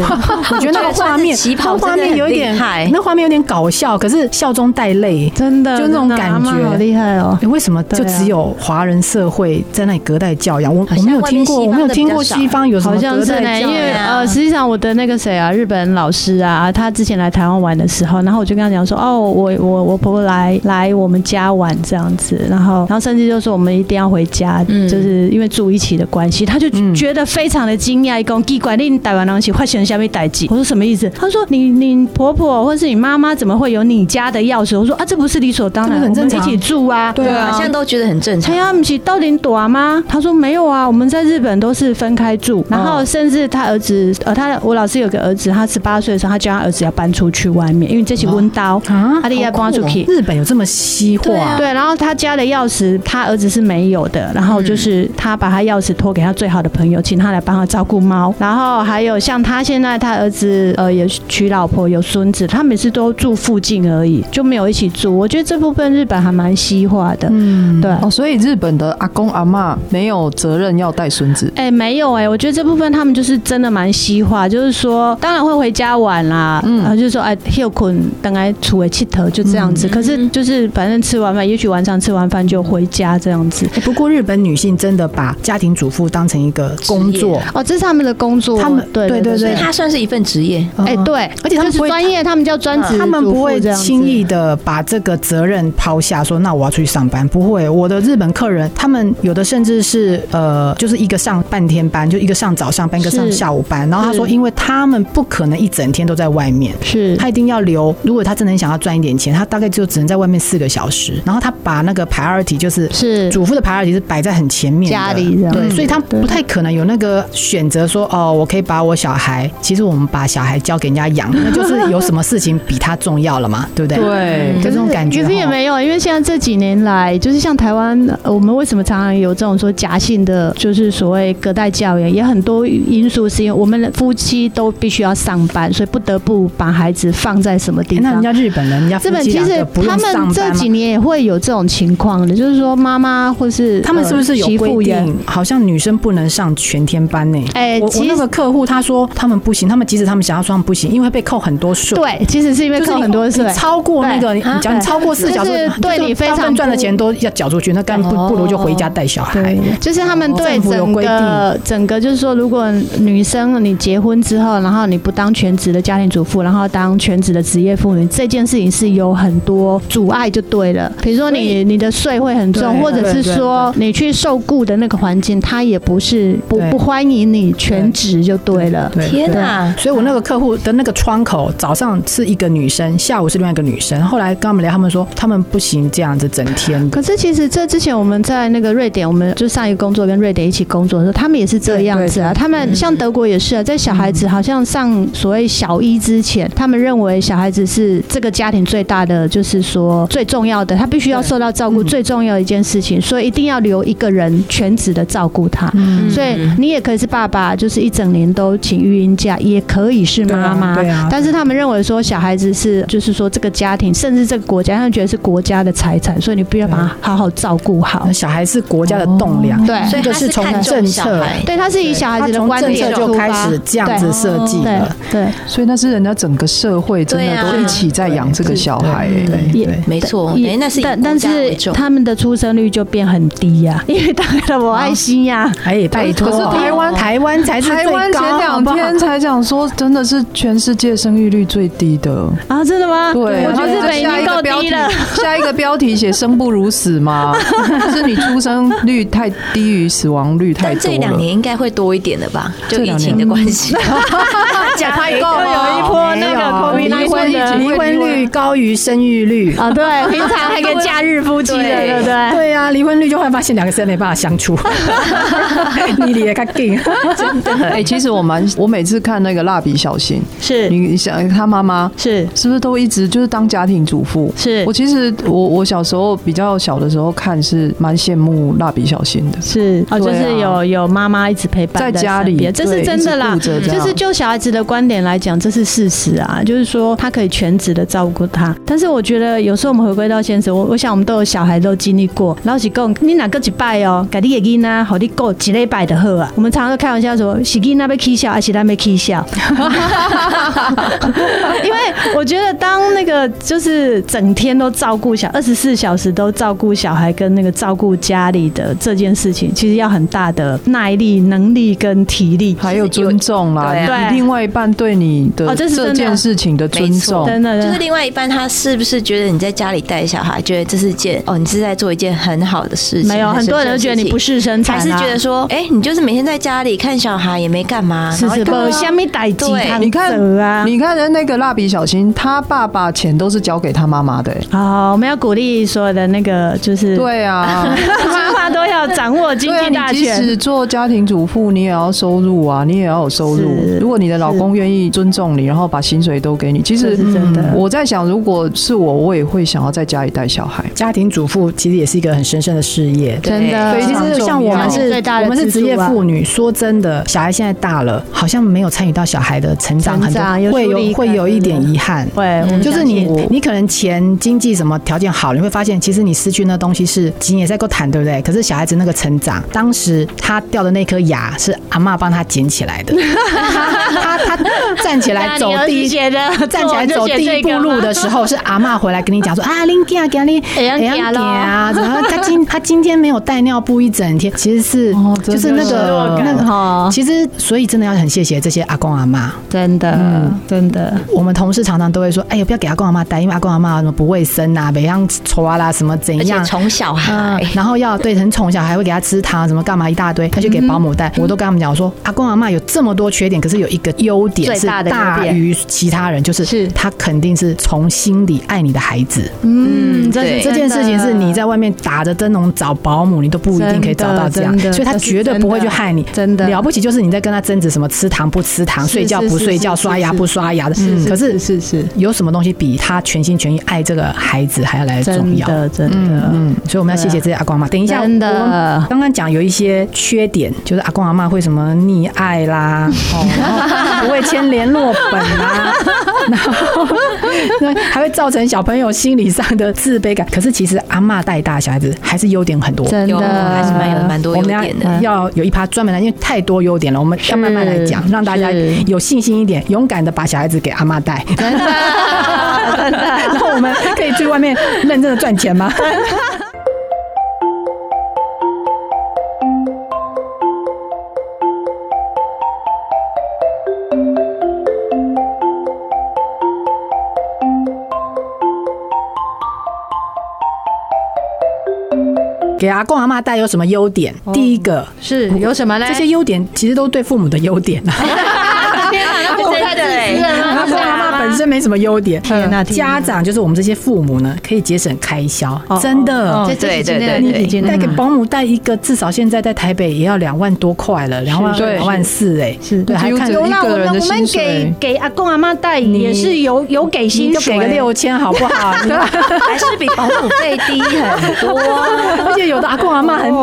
[SPEAKER 2] 我觉得那个画面，
[SPEAKER 7] 旗袍
[SPEAKER 2] 那画
[SPEAKER 7] 真
[SPEAKER 2] 面
[SPEAKER 7] 的
[SPEAKER 2] 有一
[SPEAKER 7] 很
[SPEAKER 2] 点
[SPEAKER 7] 厉害，
[SPEAKER 2] 那画面有点搞笑，可是笑中带泪。
[SPEAKER 5] 真的
[SPEAKER 2] 就那种
[SPEAKER 5] 真的
[SPEAKER 2] 感
[SPEAKER 5] 阿嬷
[SPEAKER 2] 觉
[SPEAKER 5] 好厉害哦
[SPEAKER 2] 诶。为什么就
[SPEAKER 5] 对啊
[SPEAKER 2] 只有华人社会在那里隔代教养？我
[SPEAKER 7] 好
[SPEAKER 2] 我
[SPEAKER 7] 像
[SPEAKER 2] 没有听过，
[SPEAKER 7] 外
[SPEAKER 2] 我
[SPEAKER 7] 面西方
[SPEAKER 2] 没有听过
[SPEAKER 7] 的比较少
[SPEAKER 2] 西方有什么
[SPEAKER 5] 好像
[SPEAKER 2] 隔
[SPEAKER 5] 是呢，
[SPEAKER 2] 代
[SPEAKER 5] 因
[SPEAKER 2] 教养。
[SPEAKER 5] 为
[SPEAKER 7] 啊
[SPEAKER 5] 呃，实际上我的那个谁啊，日本老师啊，他之前来台湾玩的时候，然后我就跟他讲说，哦，我我我婆婆来来我们家玩这样子，然后然后甚至就说我们一定要回家，
[SPEAKER 3] 嗯
[SPEAKER 5] 就是因为住一起的关系，他就
[SPEAKER 4] 嗯
[SPEAKER 5] 觉得非常的惊讶，讲奇怪，你台湾人是发生下面代际，我说什么意思？他说你你婆婆或是你妈妈怎么会有你家的钥匙？我说啊，这不是理所当然，
[SPEAKER 2] 这不是很正常
[SPEAKER 5] 我们一起住啊，
[SPEAKER 2] 对啊
[SPEAKER 7] 好像都觉得很正常
[SPEAKER 5] 哎。呀，不是到底躲吗？他说没有啊，我们在日本都是分开住，然后甚至他儿子，呃，他我老师有个儿子，他十八岁的时候，他叫他儿子要搬出去外面，因为这是温刀，
[SPEAKER 2] 啊，
[SPEAKER 5] 阿丽亚
[SPEAKER 2] 好酷
[SPEAKER 5] 搬出去
[SPEAKER 2] 哦日本有这么西化？
[SPEAKER 5] 对，啊然后他家的钥匙他儿子是没有的，然后就是他把他钥匙托给他最好的朋友，请他来帮他照顾猫。然后还有像他现在他儿子呃也娶老婆有孙子，他每次都住附近而已，就没有一起住。我觉得这部分日本还蛮西化的，
[SPEAKER 2] 嗯，
[SPEAKER 5] 对。
[SPEAKER 4] 哦，所以日本的阿公阿嬷没有责任要带孙子，
[SPEAKER 5] 哎、没有哎、我觉得这部分他们就是真的蛮西化，就是说，当然会回家晚啦，
[SPEAKER 4] 嗯
[SPEAKER 5] 然后就说哎，休困，等来处为气头就这样
[SPEAKER 2] 嗯
[SPEAKER 5] 子。可是就是反正吃完饭，也许晚上吃完饭就回家这样子。
[SPEAKER 2] 哎不过日本女性真的把家庭主妇当成一个工作，
[SPEAKER 5] 哦，这是他们的工作，
[SPEAKER 2] 他们
[SPEAKER 5] 对
[SPEAKER 2] 对对
[SPEAKER 7] 所以
[SPEAKER 2] 对
[SPEAKER 7] 它算是一份职业，
[SPEAKER 5] 哎、
[SPEAKER 2] 嗯
[SPEAKER 5] 对，
[SPEAKER 2] 而且他们
[SPEAKER 5] 就是
[SPEAKER 2] 不会
[SPEAKER 5] 专业，他们叫专职主妇这样子，
[SPEAKER 2] 他们不会轻易的把这个责任抛下，说那我要出去上班。不会，我的日本客人，他们有的甚至是呃，就是一个上半天班，就一个上早上班，一个上
[SPEAKER 5] 是
[SPEAKER 2] 下午班。然后他说，
[SPEAKER 5] 是
[SPEAKER 2] 因为他们不可能一整天都在外面。
[SPEAKER 5] 是
[SPEAKER 2] 他一定要留。如果他真的很想要赚一点钱，他大概就只能在外面四个小时。然后他把那个 priority 就是
[SPEAKER 5] 是
[SPEAKER 2] 主妇的 priority 是摆在很前面的
[SPEAKER 5] 家里这样
[SPEAKER 2] 对，
[SPEAKER 5] 嗯
[SPEAKER 2] 所以他不太可能有那个选择说哦，我可以把我小孩，其实我们把小孩交给人家养，那就是有什么事情比他重要了嘛，对不对？
[SPEAKER 4] 对
[SPEAKER 5] 嗯
[SPEAKER 2] 就这种感觉
[SPEAKER 5] 其
[SPEAKER 2] 哈。
[SPEAKER 5] 实也没有，因为现在这几年来，就是像台湾，呃我们为什么常常有这种说假性的，就是所谓隔代教养，也很多因素是因为我们的夫妻都必须要上班，所以不得不把孩子放在什么地
[SPEAKER 2] 诶那人
[SPEAKER 5] 方。
[SPEAKER 2] 家日本人，人家
[SPEAKER 5] 日
[SPEAKER 2] 夫
[SPEAKER 5] 本
[SPEAKER 2] 妻
[SPEAKER 5] 其
[SPEAKER 2] 两
[SPEAKER 5] 实
[SPEAKER 2] 个不
[SPEAKER 5] 他
[SPEAKER 2] 用上
[SPEAKER 5] 们这
[SPEAKER 2] 班吗
[SPEAKER 5] 几？年也会有这种情况的，就是说妈妈或是
[SPEAKER 2] 他们是不是
[SPEAKER 5] 呃
[SPEAKER 2] 有
[SPEAKER 5] 媳妇
[SPEAKER 2] 规
[SPEAKER 5] 也
[SPEAKER 2] 定，好像女生不能上全天班呢？
[SPEAKER 5] 哎，
[SPEAKER 2] 我我
[SPEAKER 5] 其
[SPEAKER 2] 那
[SPEAKER 5] 实
[SPEAKER 2] 个客户他说他们不行，他们即使他们想要说他们不行，因为被扣很多税。
[SPEAKER 5] 对，其实是因为
[SPEAKER 2] 就是
[SPEAKER 5] 扣
[SPEAKER 2] 你
[SPEAKER 5] 很多税哎
[SPEAKER 2] 你。超过那个，你
[SPEAKER 5] 对
[SPEAKER 2] 你讲你超过四个小时，
[SPEAKER 5] 就是对
[SPEAKER 2] 就
[SPEAKER 5] 你非
[SPEAKER 2] 大部分
[SPEAKER 5] 常
[SPEAKER 2] 赚的钱都要缴出去，那干脆不不如就回家带小孩。
[SPEAKER 5] 对，就是他们对
[SPEAKER 2] 政府有
[SPEAKER 5] 整
[SPEAKER 2] 规
[SPEAKER 5] 个
[SPEAKER 2] 定
[SPEAKER 5] 整个就是说，如果女生你结婚之后，然后你不当全职的家庭主妇，然后当全职的职业妇女，这件事情是有很多阻碍就对了。比如说你你的税会很重，
[SPEAKER 2] 对
[SPEAKER 5] 或者是说你去受雇的那个环境，它也不是不
[SPEAKER 2] 对
[SPEAKER 5] 不欢迎你全职就对了。
[SPEAKER 2] 对
[SPEAKER 7] 天哪！
[SPEAKER 2] 所以我那个客户的那个窗口，早上是一个女生，下午是另外一个女生。后来跟他们聊，他们说他们不行这样子整天的。
[SPEAKER 5] 可是其实这之前我们在那个瑞典，我们就上一个工作跟瑞典一起工作的时候，他们也是这样子啊。他们像德国也是啊，在小孩子好像上所谓小一之前，他们认为小孩子是这个家庭最大的，就是说最重要的，他必须要受到照顾，最重要的一件事情，所以一定要留一个人全职的照顾他。
[SPEAKER 2] 嗯，
[SPEAKER 5] 所以你也可以是爸爸，就是一整年都请育婴假，也可以是妈妈。
[SPEAKER 2] 对啊对啊
[SPEAKER 5] 但是他们认为说小孩子是，就是说这个家庭，甚至这个国家，他们觉得是国家的财产，所以你必须要把它好好照顾好
[SPEAKER 2] 那。小孩是国家的栋梁，
[SPEAKER 5] 哦对
[SPEAKER 7] 所以
[SPEAKER 2] 这个
[SPEAKER 7] 它
[SPEAKER 2] 是从
[SPEAKER 7] 看重
[SPEAKER 2] 政
[SPEAKER 7] 小
[SPEAKER 2] 策
[SPEAKER 7] 孩
[SPEAKER 5] 对，他是以小孩子
[SPEAKER 2] 他
[SPEAKER 5] 的
[SPEAKER 2] 从
[SPEAKER 5] 观
[SPEAKER 2] 政
[SPEAKER 5] 点
[SPEAKER 2] 策就
[SPEAKER 5] 出
[SPEAKER 2] 开
[SPEAKER 5] 发
[SPEAKER 2] 始这样子设计
[SPEAKER 5] 对
[SPEAKER 2] 了。
[SPEAKER 5] 对，
[SPEAKER 4] 所以那是人家整个社会真
[SPEAKER 7] 对
[SPEAKER 4] 的
[SPEAKER 7] 啊
[SPEAKER 4] 都一起在养这个小孩、
[SPEAKER 2] 对啊
[SPEAKER 4] 欸
[SPEAKER 2] 对
[SPEAKER 5] 也
[SPEAKER 2] 对，
[SPEAKER 7] 没错，
[SPEAKER 5] 也
[SPEAKER 7] 哎，那是以
[SPEAKER 5] 但
[SPEAKER 7] 国
[SPEAKER 5] 但
[SPEAKER 7] 家为
[SPEAKER 5] 是
[SPEAKER 7] 重
[SPEAKER 5] 他们的出生率就变很低呀、因为大家的我爱心呀、
[SPEAKER 2] 哎，拜托，
[SPEAKER 4] 可是台
[SPEAKER 2] 湾台湾才是最
[SPEAKER 4] 台
[SPEAKER 2] 高，
[SPEAKER 4] 湾前
[SPEAKER 2] 好
[SPEAKER 4] 两
[SPEAKER 2] 不好
[SPEAKER 4] 天才讲说，真的是全世界生育率最低的。
[SPEAKER 5] 啊，真的吗？
[SPEAKER 4] 对，
[SPEAKER 5] 我觉得日本已
[SPEAKER 4] 下
[SPEAKER 5] 经
[SPEAKER 4] 一个
[SPEAKER 5] 够
[SPEAKER 4] 标
[SPEAKER 5] 低
[SPEAKER 4] 题
[SPEAKER 5] 了。，
[SPEAKER 4] 下一个标题写“生不如死”嘛， 就是你出生率太低于死亡率太
[SPEAKER 7] 但
[SPEAKER 4] 多
[SPEAKER 7] 这
[SPEAKER 4] 了。
[SPEAKER 7] 两年应该会多一点了吧？就疫情的关系，讲太够
[SPEAKER 5] 有一波那个 COVID-19
[SPEAKER 2] 离
[SPEAKER 5] 的
[SPEAKER 2] 婚离婚率高于生育率。
[SPEAKER 5] 啊，对，平常还跟假日夫妻的，
[SPEAKER 7] 对
[SPEAKER 5] 对不对？
[SPEAKER 2] 对呀、离婚率就会发现两个人没办法相处，你离得较近。
[SPEAKER 4] 哎、其实我蛮，我每次看那个蜡笔小新，
[SPEAKER 5] 是
[SPEAKER 4] 你你想他妈妈
[SPEAKER 5] 是
[SPEAKER 4] 是不是都一直就是当家庭主妇？
[SPEAKER 5] 是
[SPEAKER 4] 我其实我我小时候比较小的时候看是蛮羡慕蜡笔小新的，
[SPEAKER 5] 是哦，就
[SPEAKER 4] 对啊
[SPEAKER 5] 是有有妈妈一直陪伴
[SPEAKER 4] 在家
[SPEAKER 5] 身
[SPEAKER 4] 里
[SPEAKER 5] 边这是
[SPEAKER 4] 对
[SPEAKER 5] 真的
[SPEAKER 4] 一。
[SPEAKER 5] 啦
[SPEAKER 4] 直顾着嗯这
[SPEAKER 5] 就
[SPEAKER 4] 样
[SPEAKER 5] 是就小孩子的观点来讲，这是事实啊，就是说他可以全职的照顾他。但是我觉得有时候我们回归到现实，我我想我们都有小孩都经历过。然后是讲你哪个一拜哦，给你的囡仔，好你过一礼拜就好啊。我们常常开玩笑说，是囡仔被起笑，还是咱被起笑？ 因为我觉得当那个就是整天都照顾小，二十四小时都照顾小孩跟那个照顾家里的这件事情，其实要很大的耐力、能力跟体力。
[SPEAKER 4] 还有尊重啦，
[SPEAKER 7] 对
[SPEAKER 5] 啊
[SPEAKER 4] 你另外一半对你的
[SPEAKER 5] 哦这是真的
[SPEAKER 4] 件事情的尊重，
[SPEAKER 5] 真的，
[SPEAKER 7] 就是另外一半，他是不是觉得你在家里带小孩，觉得这是件哦，你是在做一件很好的事情？
[SPEAKER 5] 没有很多人都觉得你不
[SPEAKER 7] 是，
[SPEAKER 5] 是生产、
[SPEAKER 7] 还
[SPEAKER 5] 啊，
[SPEAKER 7] 是觉得说，哎、你就是每天在家里看小孩也没干嘛，
[SPEAKER 5] 是
[SPEAKER 7] 然后
[SPEAKER 5] 是
[SPEAKER 7] 干嘛
[SPEAKER 5] 无虾米代志
[SPEAKER 7] 对
[SPEAKER 5] 通
[SPEAKER 4] 你看
[SPEAKER 5] 做啊，。
[SPEAKER 4] 你看人那个蜡笔小新，他爸爸钱都是交给他妈妈的、欸
[SPEAKER 5] 好，我们要鼓励所有的那个就是
[SPEAKER 4] 对啊，
[SPEAKER 5] 妈妈都要掌握经
[SPEAKER 4] 对啊，
[SPEAKER 5] 济大
[SPEAKER 4] 你即
[SPEAKER 5] 权。
[SPEAKER 4] 使做家庭主妇，你也要收入啊，你也要有收入
[SPEAKER 5] 是。
[SPEAKER 4] 如果你的老公愿意尊重你，然后把薪水都给你，其实
[SPEAKER 5] 这是真的
[SPEAKER 4] 我在想，如果是我，我也会想要在家里带小孩。
[SPEAKER 2] 家庭主妇其实也是一个很神圣的事业，
[SPEAKER 5] 真的
[SPEAKER 4] 非
[SPEAKER 2] 其
[SPEAKER 4] 常
[SPEAKER 2] 实像我们
[SPEAKER 5] 家庭
[SPEAKER 2] 是
[SPEAKER 5] 最大，的
[SPEAKER 2] 我们是
[SPEAKER 5] 支柱
[SPEAKER 2] 职业
[SPEAKER 5] 啊
[SPEAKER 2] 妇女。说真的，小孩现在大了，好像没有参与到小孩的成长，
[SPEAKER 5] 成
[SPEAKER 2] 很多
[SPEAKER 5] 长有
[SPEAKER 2] 会
[SPEAKER 5] 疏离
[SPEAKER 2] 有会
[SPEAKER 5] 感
[SPEAKER 2] 有一点遗憾。
[SPEAKER 5] 对，我们
[SPEAKER 2] 就是
[SPEAKER 5] 相信
[SPEAKER 2] 你，你可能钱、经济什么条件好，你会发现，其实你失去那东西是钱也在够谈，对不对？可是小孩子那个成长，当时他掉的那颗牙是阿嬷帮他捡起来的，他他他站起来走第一。
[SPEAKER 5] 写 的
[SPEAKER 2] 站起来走第一步路的时候，是阿嬷回来跟你讲说啊，林吉啊，给你
[SPEAKER 6] 会晓行咯
[SPEAKER 2] 啊，然后他今他今天没有带尿布一整天，其实是
[SPEAKER 4] 哦
[SPEAKER 2] 就
[SPEAKER 4] 真的
[SPEAKER 2] 是那个
[SPEAKER 4] 是
[SPEAKER 2] 那个，
[SPEAKER 5] 哦，
[SPEAKER 2] 其实所以真的要很谢谢这些阿公阿嬷，
[SPEAKER 5] 真的真的，
[SPEAKER 2] 我们同事常常都会说，哎呀，不要给阿公阿妈带，因为阿公阿妈什么不卫生啊，每样丑啊啦，什么怎
[SPEAKER 7] 而且
[SPEAKER 2] 样。
[SPEAKER 7] 宠小
[SPEAKER 2] 嗯
[SPEAKER 7] 孩，，
[SPEAKER 5] 哎
[SPEAKER 2] 然后要对很宠小孩，会给他吃糖，什么干嘛一大堆，
[SPEAKER 5] 嗯
[SPEAKER 2] 他就给保姆带。我都跟他们讲，我说阿公阿妈有这么多缺点，可是有一个优点是
[SPEAKER 5] 最大的优点
[SPEAKER 2] 大于其他人，就是
[SPEAKER 5] 是
[SPEAKER 2] 他肯定是从心里爱你的孩子。
[SPEAKER 5] 嗯，
[SPEAKER 7] 对
[SPEAKER 5] 是
[SPEAKER 2] 这件事情是你在外面打着灯笼找保姆，你都不一定可以找到这样
[SPEAKER 5] 真，的
[SPEAKER 2] 所以他绝对不会去害你。
[SPEAKER 5] 真的
[SPEAKER 2] 了不起就是你在跟他争执什么吃糖不吃糖，
[SPEAKER 5] 是
[SPEAKER 2] 睡觉不睡觉，
[SPEAKER 5] 是是
[SPEAKER 2] 刷牙不刷牙的。嗯
[SPEAKER 4] 嗯
[SPEAKER 2] 可是
[SPEAKER 5] 是是是，
[SPEAKER 2] 有什么东西比他全心全意爱这个孩子还要来得重
[SPEAKER 5] 真
[SPEAKER 2] 要？
[SPEAKER 5] 的真的
[SPEAKER 2] 嗯，所以我们要谢谢这些阿公阿妈。等一下，
[SPEAKER 5] 真
[SPEAKER 2] 我们
[SPEAKER 5] 的。
[SPEAKER 2] 刚刚讲有一些缺点，就是阿公阿妈会什么溺爱啦，哦，然后不会签联络本啦， 然后那还会造成小朋友心理上的自卑感。可是其实阿嬷带大小孩子还是优点很多。
[SPEAKER 5] 真
[SPEAKER 7] 有还是蛮有
[SPEAKER 5] 的，
[SPEAKER 7] 蛮多
[SPEAKER 2] 我
[SPEAKER 7] 优
[SPEAKER 2] 们要
[SPEAKER 7] 点的。
[SPEAKER 2] 要有一趴专门来，因为太多优点了，我们要慢慢来讲，让大家
[SPEAKER 5] 是
[SPEAKER 2] 有信心一点，勇敢的把小孩子给阿嬷带。真的， 然后我们可以去外面认真的赚钱吗？给阿公阿嬷带有什么优点？第一个，
[SPEAKER 5] 是有什么嘞？
[SPEAKER 2] 这些优点其实都对父母的优点啊。
[SPEAKER 5] 嗯
[SPEAKER 7] 真的
[SPEAKER 5] 啊
[SPEAKER 7] 欸
[SPEAKER 2] 阿公阿妈本身没什么优点，
[SPEAKER 5] 天哪
[SPEAKER 2] 家长就是我们这些父母呢，可以节省开销，真
[SPEAKER 5] 啊哦
[SPEAKER 2] 的。
[SPEAKER 7] 对对对
[SPEAKER 5] 你
[SPEAKER 7] 对
[SPEAKER 5] 已经
[SPEAKER 2] 带给保姆带一个，至少现在在台北也要两万多块了，两万
[SPEAKER 4] 对
[SPEAKER 2] 两万四哎，
[SPEAKER 5] 是
[SPEAKER 2] 对，还
[SPEAKER 4] 几乎
[SPEAKER 2] 看
[SPEAKER 4] 只有一
[SPEAKER 5] 那
[SPEAKER 4] 个
[SPEAKER 5] 我
[SPEAKER 4] 人
[SPEAKER 5] 们
[SPEAKER 4] 的
[SPEAKER 5] 我们
[SPEAKER 4] 薪
[SPEAKER 5] 给
[SPEAKER 4] 水。
[SPEAKER 5] 给阿公阿妈带也是有有给
[SPEAKER 2] 你
[SPEAKER 5] 薪
[SPEAKER 2] 就
[SPEAKER 5] 水，
[SPEAKER 2] 给个六千好不好？你
[SPEAKER 7] 还是比保姆费低很多。
[SPEAKER 2] 而且有的阿公阿妈很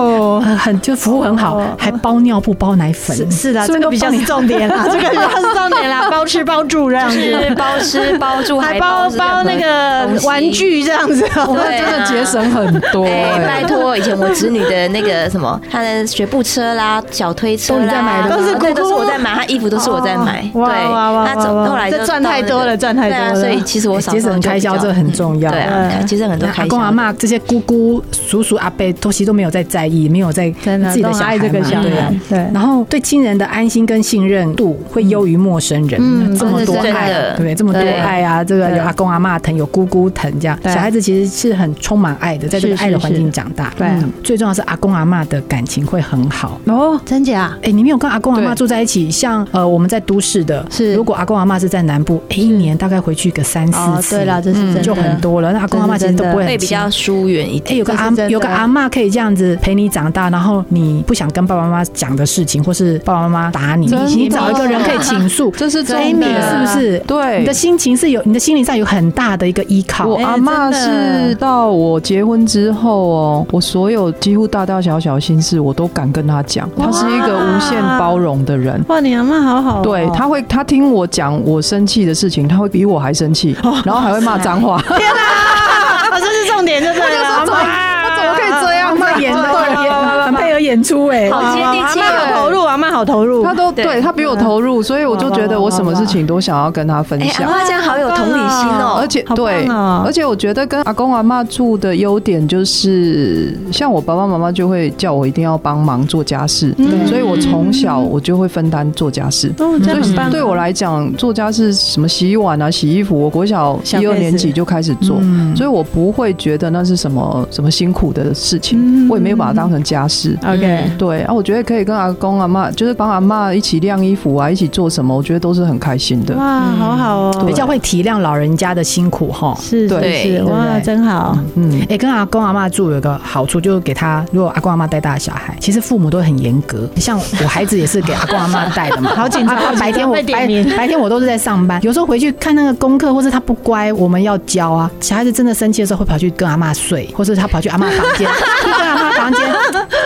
[SPEAKER 2] 很很就服务很好，还包尿布、包奶粉，
[SPEAKER 5] 是啦，
[SPEAKER 2] 所
[SPEAKER 5] 这
[SPEAKER 2] 以
[SPEAKER 5] 个
[SPEAKER 2] 都
[SPEAKER 5] 比较
[SPEAKER 2] 帮你
[SPEAKER 5] 是重点啦， 这个比较是重点啦，包吃包住这样
[SPEAKER 7] 就是
[SPEAKER 5] 子，
[SPEAKER 7] 包吃包住，
[SPEAKER 5] 还包
[SPEAKER 7] 包
[SPEAKER 5] 包那个玩，具这样子哦，
[SPEAKER 7] 对啊
[SPEAKER 4] 真的节省很多、
[SPEAKER 7] 哎、
[SPEAKER 4] 哎
[SPEAKER 7] 拜托！以前我侄女的那个什么，她的学步车啦、小推车啦，
[SPEAKER 2] 都你在买的吗
[SPEAKER 7] 对
[SPEAKER 5] 都是姑姑
[SPEAKER 7] 都是我在买，她衣服都是我在买。
[SPEAKER 5] 哦哇
[SPEAKER 7] 对，
[SPEAKER 5] 哇哇哇
[SPEAKER 7] 她走
[SPEAKER 5] 哇
[SPEAKER 7] 后来就
[SPEAKER 5] 这赚太多了
[SPEAKER 7] 到那个
[SPEAKER 5] 赚太多了哎
[SPEAKER 7] 对啊所以其实我嫂嫂
[SPEAKER 2] 节省开销
[SPEAKER 7] 就比较
[SPEAKER 2] 这很重要。
[SPEAKER 7] 对啊，
[SPEAKER 5] 嗯
[SPEAKER 7] 节省很多
[SPEAKER 2] 那
[SPEAKER 7] 开销。
[SPEAKER 2] 阿公阿妈这些姑姑、叔叔、阿伯，都其实都没有在在意，没有在
[SPEAKER 5] 真的
[SPEAKER 2] 自己的
[SPEAKER 5] 都
[SPEAKER 2] 小
[SPEAKER 5] 很
[SPEAKER 2] 孩
[SPEAKER 5] 爱这个
[SPEAKER 2] 嘛
[SPEAKER 5] 小
[SPEAKER 2] 对啊
[SPEAKER 5] 孩，对。
[SPEAKER 2] 然后对亲人的安心跟信任度会优于陌生人，
[SPEAKER 5] 嗯
[SPEAKER 2] 这么多
[SPEAKER 7] 真的
[SPEAKER 2] 爱
[SPEAKER 7] 真的，
[SPEAKER 2] 对不对？这么多
[SPEAKER 7] 对
[SPEAKER 2] 爱啊，这个
[SPEAKER 5] 对
[SPEAKER 2] 有阿公阿妈疼，有姑姑疼，这样
[SPEAKER 5] 对
[SPEAKER 2] 小孩子其实是很充满爱的，在这个
[SPEAKER 5] 是
[SPEAKER 2] 爱的
[SPEAKER 5] 是
[SPEAKER 2] 环境
[SPEAKER 5] 是
[SPEAKER 2] 长大。
[SPEAKER 5] 对
[SPEAKER 2] 嗯最重要是阿公阿妈的感情会很好。
[SPEAKER 5] 哦，真假？
[SPEAKER 2] 哎，你没有跟阿公阿妈
[SPEAKER 4] 对
[SPEAKER 2] 住在一起，像呃我们在都市的，
[SPEAKER 5] 是
[SPEAKER 2] 如果阿公阿妈是在南部，哎一年大概回去个三
[SPEAKER 5] 哦
[SPEAKER 2] 四，次，
[SPEAKER 5] 对了，这是
[SPEAKER 4] 嗯
[SPEAKER 5] 真的，
[SPEAKER 2] 就很多了。那阿公阿妈其实都不会很
[SPEAKER 7] 会比
[SPEAKER 2] 亲
[SPEAKER 7] 较疏远一
[SPEAKER 2] 哎、
[SPEAKER 7] 点。
[SPEAKER 2] 有个
[SPEAKER 5] 这是
[SPEAKER 2] 阿
[SPEAKER 5] 真的
[SPEAKER 2] 有个阿嬷可以这样子陪你长大，然后你不想跟爸爸妈妈讲的事情，或是爸爸妈妈打你，
[SPEAKER 4] 真的
[SPEAKER 2] 你你找一个人可以倾诉，
[SPEAKER 4] 这是 真
[SPEAKER 2] Jamie 是不
[SPEAKER 4] 的，
[SPEAKER 2] 是？
[SPEAKER 4] 对，
[SPEAKER 2] 你的心情是有，你的心灵上有很大的一个依靠。
[SPEAKER 4] 我
[SPEAKER 5] 哎
[SPEAKER 4] 阿嬷
[SPEAKER 5] 真的
[SPEAKER 4] 是到我结婚之后哦，我所有几乎大大小小的心事我都敢跟她讲，她是一个无限包容的人。
[SPEAKER 5] 哇，你阿妈好好哦，
[SPEAKER 4] 对， 她会，她听
[SPEAKER 2] 哦
[SPEAKER 4] 我讲我生气的事情，她会比我还生气，然后还会骂脏话。
[SPEAKER 5] 哦，这是重点，对不对了？
[SPEAKER 2] 怎么他怎么可以这样？他演的演很配合演出
[SPEAKER 5] 欸
[SPEAKER 2] 哎，
[SPEAKER 7] 好
[SPEAKER 5] 啊
[SPEAKER 7] 接地气
[SPEAKER 5] 阿妈好投入，阿妈好投入
[SPEAKER 4] 他。都对他比我投入，所以我就觉得我什么事情都想要跟他分
[SPEAKER 7] 哎，阿
[SPEAKER 4] 享。
[SPEAKER 7] 妈这样好有同理心哦，
[SPEAKER 4] 而且
[SPEAKER 5] 好棒
[SPEAKER 4] 对，
[SPEAKER 5] 哦
[SPEAKER 4] 而且我觉得跟阿公阿妈住的优点就是，像我爸爸妈妈就会叫我一定要帮忙做家事，
[SPEAKER 5] 嗯
[SPEAKER 4] 所以我从小我就会分担做家事。
[SPEAKER 5] 哦，这样很棒。
[SPEAKER 4] 对我来讲，做家事什么洗碗啊、洗衣服，我国小
[SPEAKER 5] 小嗯
[SPEAKER 4] 一二
[SPEAKER 5] case
[SPEAKER 4] 年级就开始做，
[SPEAKER 2] 嗯
[SPEAKER 4] 所以我不会觉得那是什么什么辛苦的事
[SPEAKER 5] 嗯
[SPEAKER 4] 情，我也没有把它当成家事。
[SPEAKER 5] ，OK，
[SPEAKER 7] 嗯
[SPEAKER 4] 对啊，我觉得可以跟阿公阿妈，就是帮阿妈一起晾衣服啊，一起做什么，我觉得都是很开心的。
[SPEAKER 5] 哇，好好哦
[SPEAKER 4] 对
[SPEAKER 2] 比，较会体谅老人家的辛苦哈。
[SPEAKER 5] 是是
[SPEAKER 7] 对
[SPEAKER 5] 是，
[SPEAKER 7] 对
[SPEAKER 5] 哇，
[SPEAKER 2] 对
[SPEAKER 5] 真好。
[SPEAKER 4] 嗯，
[SPEAKER 2] 哎、跟阿公阿妈住有一个好处，就是给他，如果阿公阿妈带大的小孩，其实父母都很严格。像我孩子也是给阿公阿妈带 的嘛，好紧张。白天我
[SPEAKER 5] 被点
[SPEAKER 2] 白
[SPEAKER 5] 名
[SPEAKER 2] 白天我都是在上班，有时候回去看那个功课，或是他不乖，我们要教啊。小孩子真的生气的时候，会跑去跟阿妈睡，或是他跑去阿妈房间， 去跟阿妈房间。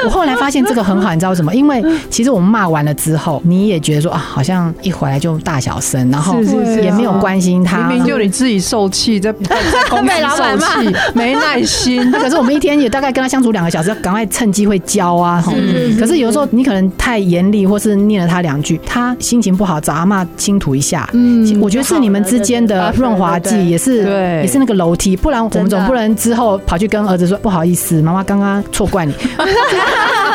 [SPEAKER 2] 我后来发现这个很好，你知道为什么？因为其实我们骂完了之后，你也觉得说啊，好像一回来就大小声，然后
[SPEAKER 5] 是是是
[SPEAKER 2] 也没有关心他，
[SPEAKER 4] 明明就你自己受气， 在在公司受气，没耐心
[SPEAKER 2] 那。可是我们一天也大概跟他相处两个小时，要赶快趁机会教啊。吼可是有的时候你可能太严厉，或是念了他两句，他心情不好，找阿妈倾吐一下。嗯，我觉得是你们之间的润滑剂，也是
[SPEAKER 4] 对
[SPEAKER 2] 也是那个楼梯，不然我们总不能之后跑去跟儿子说不好意思，妈妈刚刚错怪你。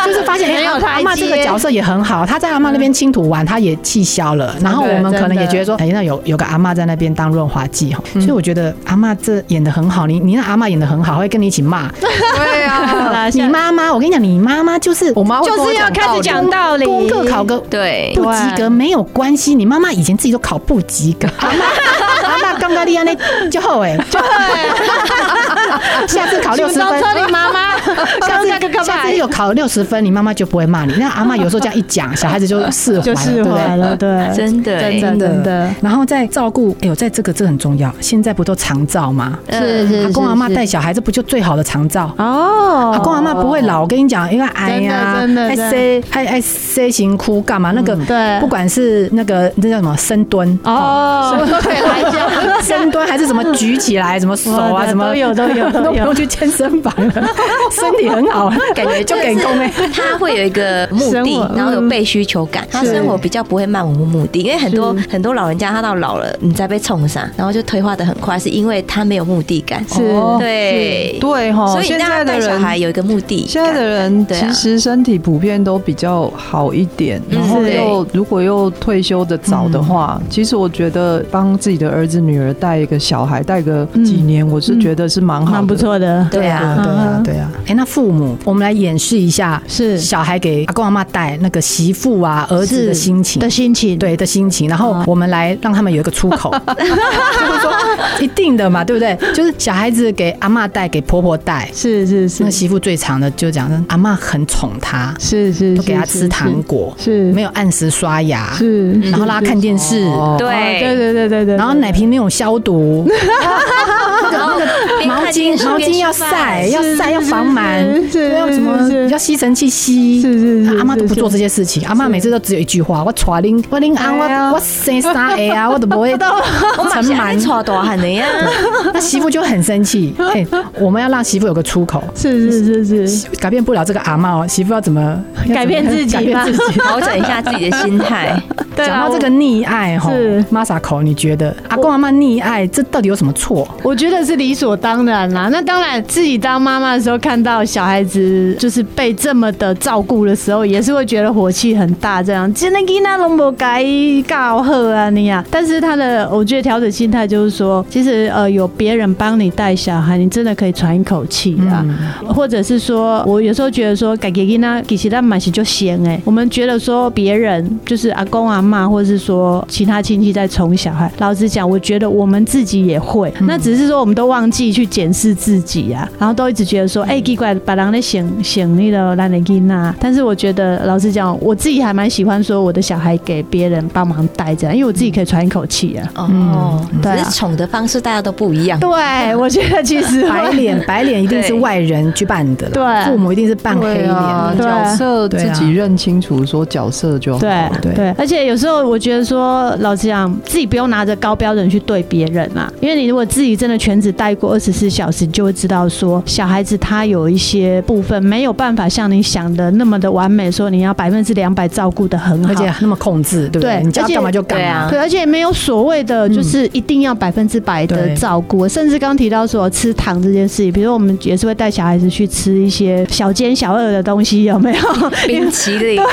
[SPEAKER 2] 就是发现，哎、
[SPEAKER 5] 有台
[SPEAKER 2] 阿妈这个
[SPEAKER 5] 阶
[SPEAKER 2] 角色也很好，她在阿妈那边倾吐完，她也气消了，然后我们可能也觉得说，哎、那有有个阿妈在那边当润滑剂哈，所以我觉得阿妈这演的很好，你你那阿妈演的很好，会跟你一起骂，
[SPEAKER 4] 对
[SPEAKER 5] 好
[SPEAKER 4] 啊，
[SPEAKER 5] 啦，
[SPEAKER 2] 你
[SPEAKER 5] 下
[SPEAKER 2] 妈妈，我跟你讲，你妈妈就是
[SPEAKER 4] 我妈会跟
[SPEAKER 5] 就
[SPEAKER 4] 我
[SPEAKER 5] 是要开始讲道理，
[SPEAKER 2] 功课考个
[SPEAKER 7] 对，
[SPEAKER 5] 哎
[SPEAKER 2] 不及格没有关系，你妈妈以前自己都考不及格，阿妈阿妈刚刚厉害那就好哎，就好哎，下次考六十分。
[SPEAKER 5] 你妈 妈，
[SPEAKER 2] 下
[SPEAKER 5] 那个
[SPEAKER 2] 次
[SPEAKER 5] 干
[SPEAKER 2] 下
[SPEAKER 5] 嘛
[SPEAKER 2] 次？有考六十分，你妈妈就不会骂你。那阿妈有时候这样一讲，小孩子就释怀
[SPEAKER 5] 就
[SPEAKER 2] 了，对
[SPEAKER 5] 释
[SPEAKER 2] 不对
[SPEAKER 5] 怀？了， 对，
[SPEAKER 7] 真的欸
[SPEAKER 5] 真的真的。
[SPEAKER 2] 然后再照顾，哎呦，在这个这很重要。现在不都长照吗？
[SPEAKER 5] 呃
[SPEAKER 7] 是
[SPEAKER 2] 阿公阿妈带小孩，这不就最好的长照？
[SPEAKER 5] 哦，
[SPEAKER 2] 阿公阿妈不会老，我跟你讲，因为矮呀，
[SPEAKER 5] 真的
[SPEAKER 2] 爱
[SPEAKER 5] 真的嗯
[SPEAKER 2] 塞还爱塞型哭干嘛？那个
[SPEAKER 5] 对
[SPEAKER 2] 不管是那个那叫什么深蹲哦，
[SPEAKER 5] 哦，都可以来家，
[SPEAKER 2] 深蹲还是什么举起来，什么手啊，
[SPEAKER 5] 哇对
[SPEAKER 2] 什么
[SPEAKER 5] 都有都 有
[SPEAKER 2] 都
[SPEAKER 5] 都
[SPEAKER 2] 不
[SPEAKER 5] 有
[SPEAKER 2] 用去健身房了， 身体很 好，
[SPEAKER 7] 感觉
[SPEAKER 2] 就欸
[SPEAKER 7] 就
[SPEAKER 2] 给
[SPEAKER 7] 是
[SPEAKER 2] 公妹。
[SPEAKER 7] 他会有一个目
[SPEAKER 5] 生
[SPEAKER 7] 的
[SPEAKER 5] 活，
[SPEAKER 7] 然后有被需求感，他生活比较不会漫无目的，因为很多很多老人家他到老了，你再被冲上，然后就退化的很快，是因为他没有目的感。
[SPEAKER 5] 是
[SPEAKER 4] 哦
[SPEAKER 7] 对，
[SPEAKER 4] 对哈，
[SPEAKER 7] 所以
[SPEAKER 4] 现
[SPEAKER 7] 让
[SPEAKER 4] 在
[SPEAKER 7] 他
[SPEAKER 4] 的
[SPEAKER 7] 带小孩
[SPEAKER 4] 人。
[SPEAKER 7] 有一个目的感。
[SPEAKER 4] 现在的人
[SPEAKER 7] 对啊
[SPEAKER 4] 其实身体普遍都比较好一点，
[SPEAKER 7] 嗯
[SPEAKER 4] 然后
[SPEAKER 7] 是
[SPEAKER 4] 又如果又退休的早的话，其实我觉得帮自己的儿子女儿带一个小孩带个几年，我是觉得是蛮好
[SPEAKER 5] 蛮
[SPEAKER 4] 的，
[SPEAKER 5] 不错的，
[SPEAKER 7] 对啊，
[SPEAKER 2] 对啊，对啊。哎，那父母，我们来演示一下，
[SPEAKER 5] 是
[SPEAKER 2] 小孩给阿公阿妈带那个媳妇啊、儿子的
[SPEAKER 5] 是
[SPEAKER 2] 心情
[SPEAKER 5] 的。心情，
[SPEAKER 2] 对的心情，然后
[SPEAKER 5] 嗯
[SPEAKER 2] 我们来让他们有一个出 口，就是说一定的嘛，对不对？就是小孩子给阿嬷带，给婆婆带，
[SPEAKER 5] 是是是
[SPEAKER 2] 那媳妇最长的就讲阿嬷很宠她，
[SPEAKER 5] 是是，
[SPEAKER 2] 都给她
[SPEAKER 5] 是
[SPEAKER 2] 吃糖，果，
[SPEAKER 5] 是
[SPEAKER 2] 没
[SPEAKER 5] 有
[SPEAKER 2] 有按时刷牙，
[SPEAKER 5] 是，是
[SPEAKER 2] 然后让她看电视，
[SPEAKER 4] 哦
[SPEAKER 5] 对对
[SPEAKER 7] 对，啊
[SPEAKER 5] 对对对对，
[SPEAKER 2] 然后奶瓶没有消 毒，
[SPEAKER 7] 然后边
[SPEAKER 2] 毛
[SPEAKER 7] 看电
[SPEAKER 2] 巾
[SPEAKER 7] 视
[SPEAKER 2] 毛
[SPEAKER 7] 边
[SPEAKER 2] 巾要
[SPEAKER 7] 吃饭
[SPEAKER 2] 晒，要晒要防螨，
[SPEAKER 5] 是是
[SPEAKER 2] 要什么
[SPEAKER 5] 是
[SPEAKER 2] 要吸尘器吸，
[SPEAKER 5] 是是是
[SPEAKER 2] 啊阿妈都不做
[SPEAKER 5] 是
[SPEAKER 2] 这些事情，阿妈每次都只有一句话：我娶拎我拎安
[SPEAKER 5] 哎呀
[SPEAKER 2] 我我生三个啊，我都 不会
[SPEAKER 7] 我马
[SPEAKER 2] 尘
[SPEAKER 7] 上在
[SPEAKER 2] 螨。
[SPEAKER 7] 搓大汗的呀，
[SPEAKER 2] 那媳妇就很生 气，哎，我们要让媳妇有个出口。
[SPEAKER 5] 是是是是，
[SPEAKER 2] 改变不了这个阿嬷哦，媳妇要怎么要怎么
[SPEAKER 5] 改变自己 吧
[SPEAKER 2] 改变自己。
[SPEAKER 7] 调整一下自己的心态。
[SPEAKER 5] 对
[SPEAKER 2] 讲
[SPEAKER 5] 啊
[SPEAKER 2] 到这个溺爱哈
[SPEAKER 5] 是
[SPEAKER 2] ，Masako，你觉得阿公阿妈溺爱这到底有什么错？
[SPEAKER 5] 我觉得是理所当然啦。那当然，自己当妈妈的时候，看到小孩子就是被这么的照顾的时候，也是会觉得火气很大。这样，真的囡仔拢无该告贺啊你呀、但是他的，我觉得调整心态就是说，其实呃，有别人帮你带小孩，你真的可以喘一口气啊。或者是说，我有时候觉得说，改给囡仔其实他蛮是就闲哎，我们觉得说别人就是阿公阿妈，或是说其他亲戚在宠小孩。老实讲，我觉得我们自己也会，
[SPEAKER 2] 嗯
[SPEAKER 5] 那只是说我们都忘记去检视自己啊，然后都一直觉得说，哎、奇怪，把人的显显那个咱的囡仔。但是我觉得，老实讲，我自己还蛮喜欢说我的小孩给别人帮忙带这样，因为我自己可以喘一口气 啊。
[SPEAKER 7] 哦，
[SPEAKER 5] 对啊
[SPEAKER 7] 只是宠的方式大家都不一样。
[SPEAKER 5] 对，啊我觉得其实
[SPEAKER 2] 白脸白脸一定是
[SPEAKER 7] 对
[SPEAKER 2] 外人去扮的啦，
[SPEAKER 5] 对
[SPEAKER 2] 父母一定是扮黑
[SPEAKER 4] 对
[SPEAKER 2] 脸
[SPEAKER 4] 啊，
[SPEAKER 2] 的。
[SPEAKER 5] 对啊
[SPEAKER 4] 角色
[SPEAKER 2] 对
[SPEAKER 4] 自
[SPEAKER 2] 啊
[SPEAKER 4] 己认清楚，说角色就好。
[SPEAKER 5] 对
[SPEAKER 2] 哦对
[SPEAKER 5] 而且有时候我觉得说，老实讲，自己不用拿着高标准去对别人啊，因为你如果自己真的全职带过二十四小时，你就会知道说，小孩子他有一些部分没有办法像你想的那么的完美，说你要百分之两百照顾的很好，
[SPEAKER 2] 而且那么控制，对不对？
[SPEAKER 5] 对
[SPEAKER 2] 你叫
[SPEAKER 5] 而
[SPEAKER 2] 他
[SPEAKER 5] 且
[SPEAKER 2] 干嘛就干
[SPEAKER 3] 对
[SPEAKER 2] 嘛
[SPEAKER 3] 啊。
[SPEAKER 5] 对，而且没有所谓的就是一定要百分之百的
[SPEAKER 2] 嗯对
[SPEAKER 5] 照顾，甚至刚提到说吃糖这件事情，比如我们也是会带小孩子去吃一些小尖小二的东西，有没有？
[SPEAKER 3] 冰淇淋、啊、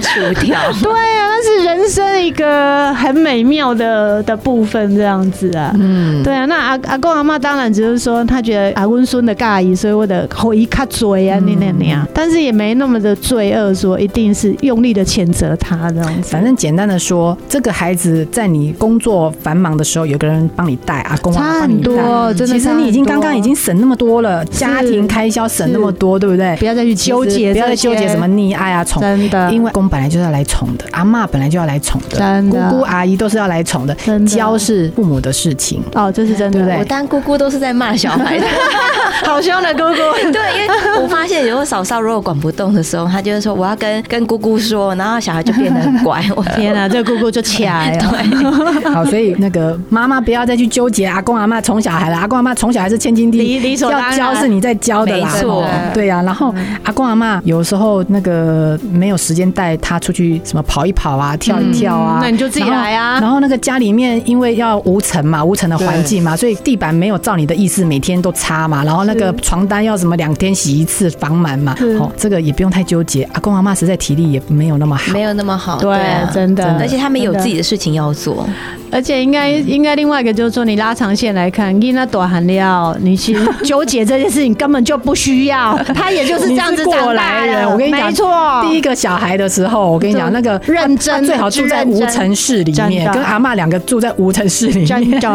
[SPEAKER 3] 薯条，
[SPEAKER 5] 对啊，那是人生一个很美妙的的部分，这样子啊。嗯，对啊，那阿阿公阿妈当然只是说，他觉得阿公孙的尬意，所以我的口一卡嘴啊，你那那
[SPEAKER 2] 嗯
[SPEAKER 5] 样，但是也没那么的罪恶，说一定是用力的谴责他这样子。
[SPEAKER 2] 反正简单的说，这个孩子在你工作繁忙的时候，有个人帮你带，阿公啊
[SPEAKER 5] 差
[SPEAKER 2] 帮
[SPEAKER 5] 很
[SPEAKER 2] 你带。
[SPEAKER 5] 多，真的
[SPEAKER 2] 其实
[SPEAKER 5] 差很
[SPEAKER 2] 你已经
[SPEAKER 5] 多
[SPEAKER 2] 刚刚已经省那么多了，家庭开销省那么多，对不对？
[SPEAKER 5] 不要再去
[SPEAKER 2] 其实
[SPEAKER 5] 纠结这些，
[SPEAKER 2] 不要再纠结什么溺爱啊、宠，
[SPEAKER 5] 真的，
[SPEAKER 2] 因为公本来就是要来宠的，阿嬷本来就要来宠的，
[SPEAKER 5] 真
[SPEAKER 2] 姑
[SPEAKER 5] 的
[SPEAKER 2] 姑阿姨都是要来宠的，
[SPEAKER 5] 真的
[SPEAKER 2] 教是父母的事情。
[SPEAKER 5] 哦，这是真的，
[SPEAKER 2] 对不对
[SPEAKER 7] 我当姑姑都是在骂小孩的，
[SPEAKER 5] 好凶的姑姑，
[SPEAKER 7] 对，因为我发现有时候嫂嫂如果管不动的时候，她就会说我要跟跟姑姑说，然后小孩就变得很乖。 我啊
[SPEAKER 5] 天哪，这个姑姑就起 来了，
[SPEAKER 2] 好，所以那个妈妈不要再去纠结阿公阿嬷宠小孩了，阿公阿嬷宠小孩是千金第
[SPEAKER 5] 理
[SPEAKER 2] 一，
[SPEAKER 5] 理所当
[SPEAKER 2] 要
[SPEAKER 5] 然嗯
[SPEAKER 2] 教是你在教的啦，
[SPEAKER 7] 没错
[SPEAKER 2] 哦对呀、然后阿公阿嬷有时候那个没有时间带他出去什么跑一跑啊、跳一跳啊，
[SPEAKER 5] 嗯那你就自己
[SPEAKER 2] 然后
[SPEAKER 5] 来啊
[SPEAKER 2] 然后那个家里面因为要无尘嘛，无尘的环境嘛，所以地板没有照你的意思每天都擦嘛，然后那个床单要什么两天洗一次防螨嘛，哦，这个也不用太纠结，阿公阿嬷实在体力也没有那么好
[SPEAKER 7] 没。有那么好，啊
[SPEAKER 5] 对，真的，
[SPEAKER 7] 而且他们有
[SPEAKER 5] 真的
[SPEAKER 7] 自己的事情要做，
[SPEAKER 5] 而且应该应该另外一个就是说，你拉长线来看，你那短含料，你其实纠结这件事情根本就不需 要，他也就是这样子
[SPEAKER 2] 你是过
[SPEAKER 5] 长
[SPEAKER 2] 来
[SPEAKER 5] 大
[SPEAKER 2] 人，
[SPEAKER 5] 的，
[SPEAKER 2] 我跟你讲，
[SPEAKER 5] 没错，
[SPEAKER 2] 第一个小孩的时候，我跟你讲，
[SPEAKER 5] 就
[SPEAKER 2] 那个
[SPEAKER 5] 认真
[SPEAKER 2] 他最好住在无尘室里
[SPEAKER 5] 真
[SPEAKER 2] 面，
[SPEAKER 5] 的
[SPEAKER 2] 跟阿嬷两个住在无尘室里
[SPEAKER 5] 真
[SPEAKER 2] 面。
[SPEAKER 5] 的，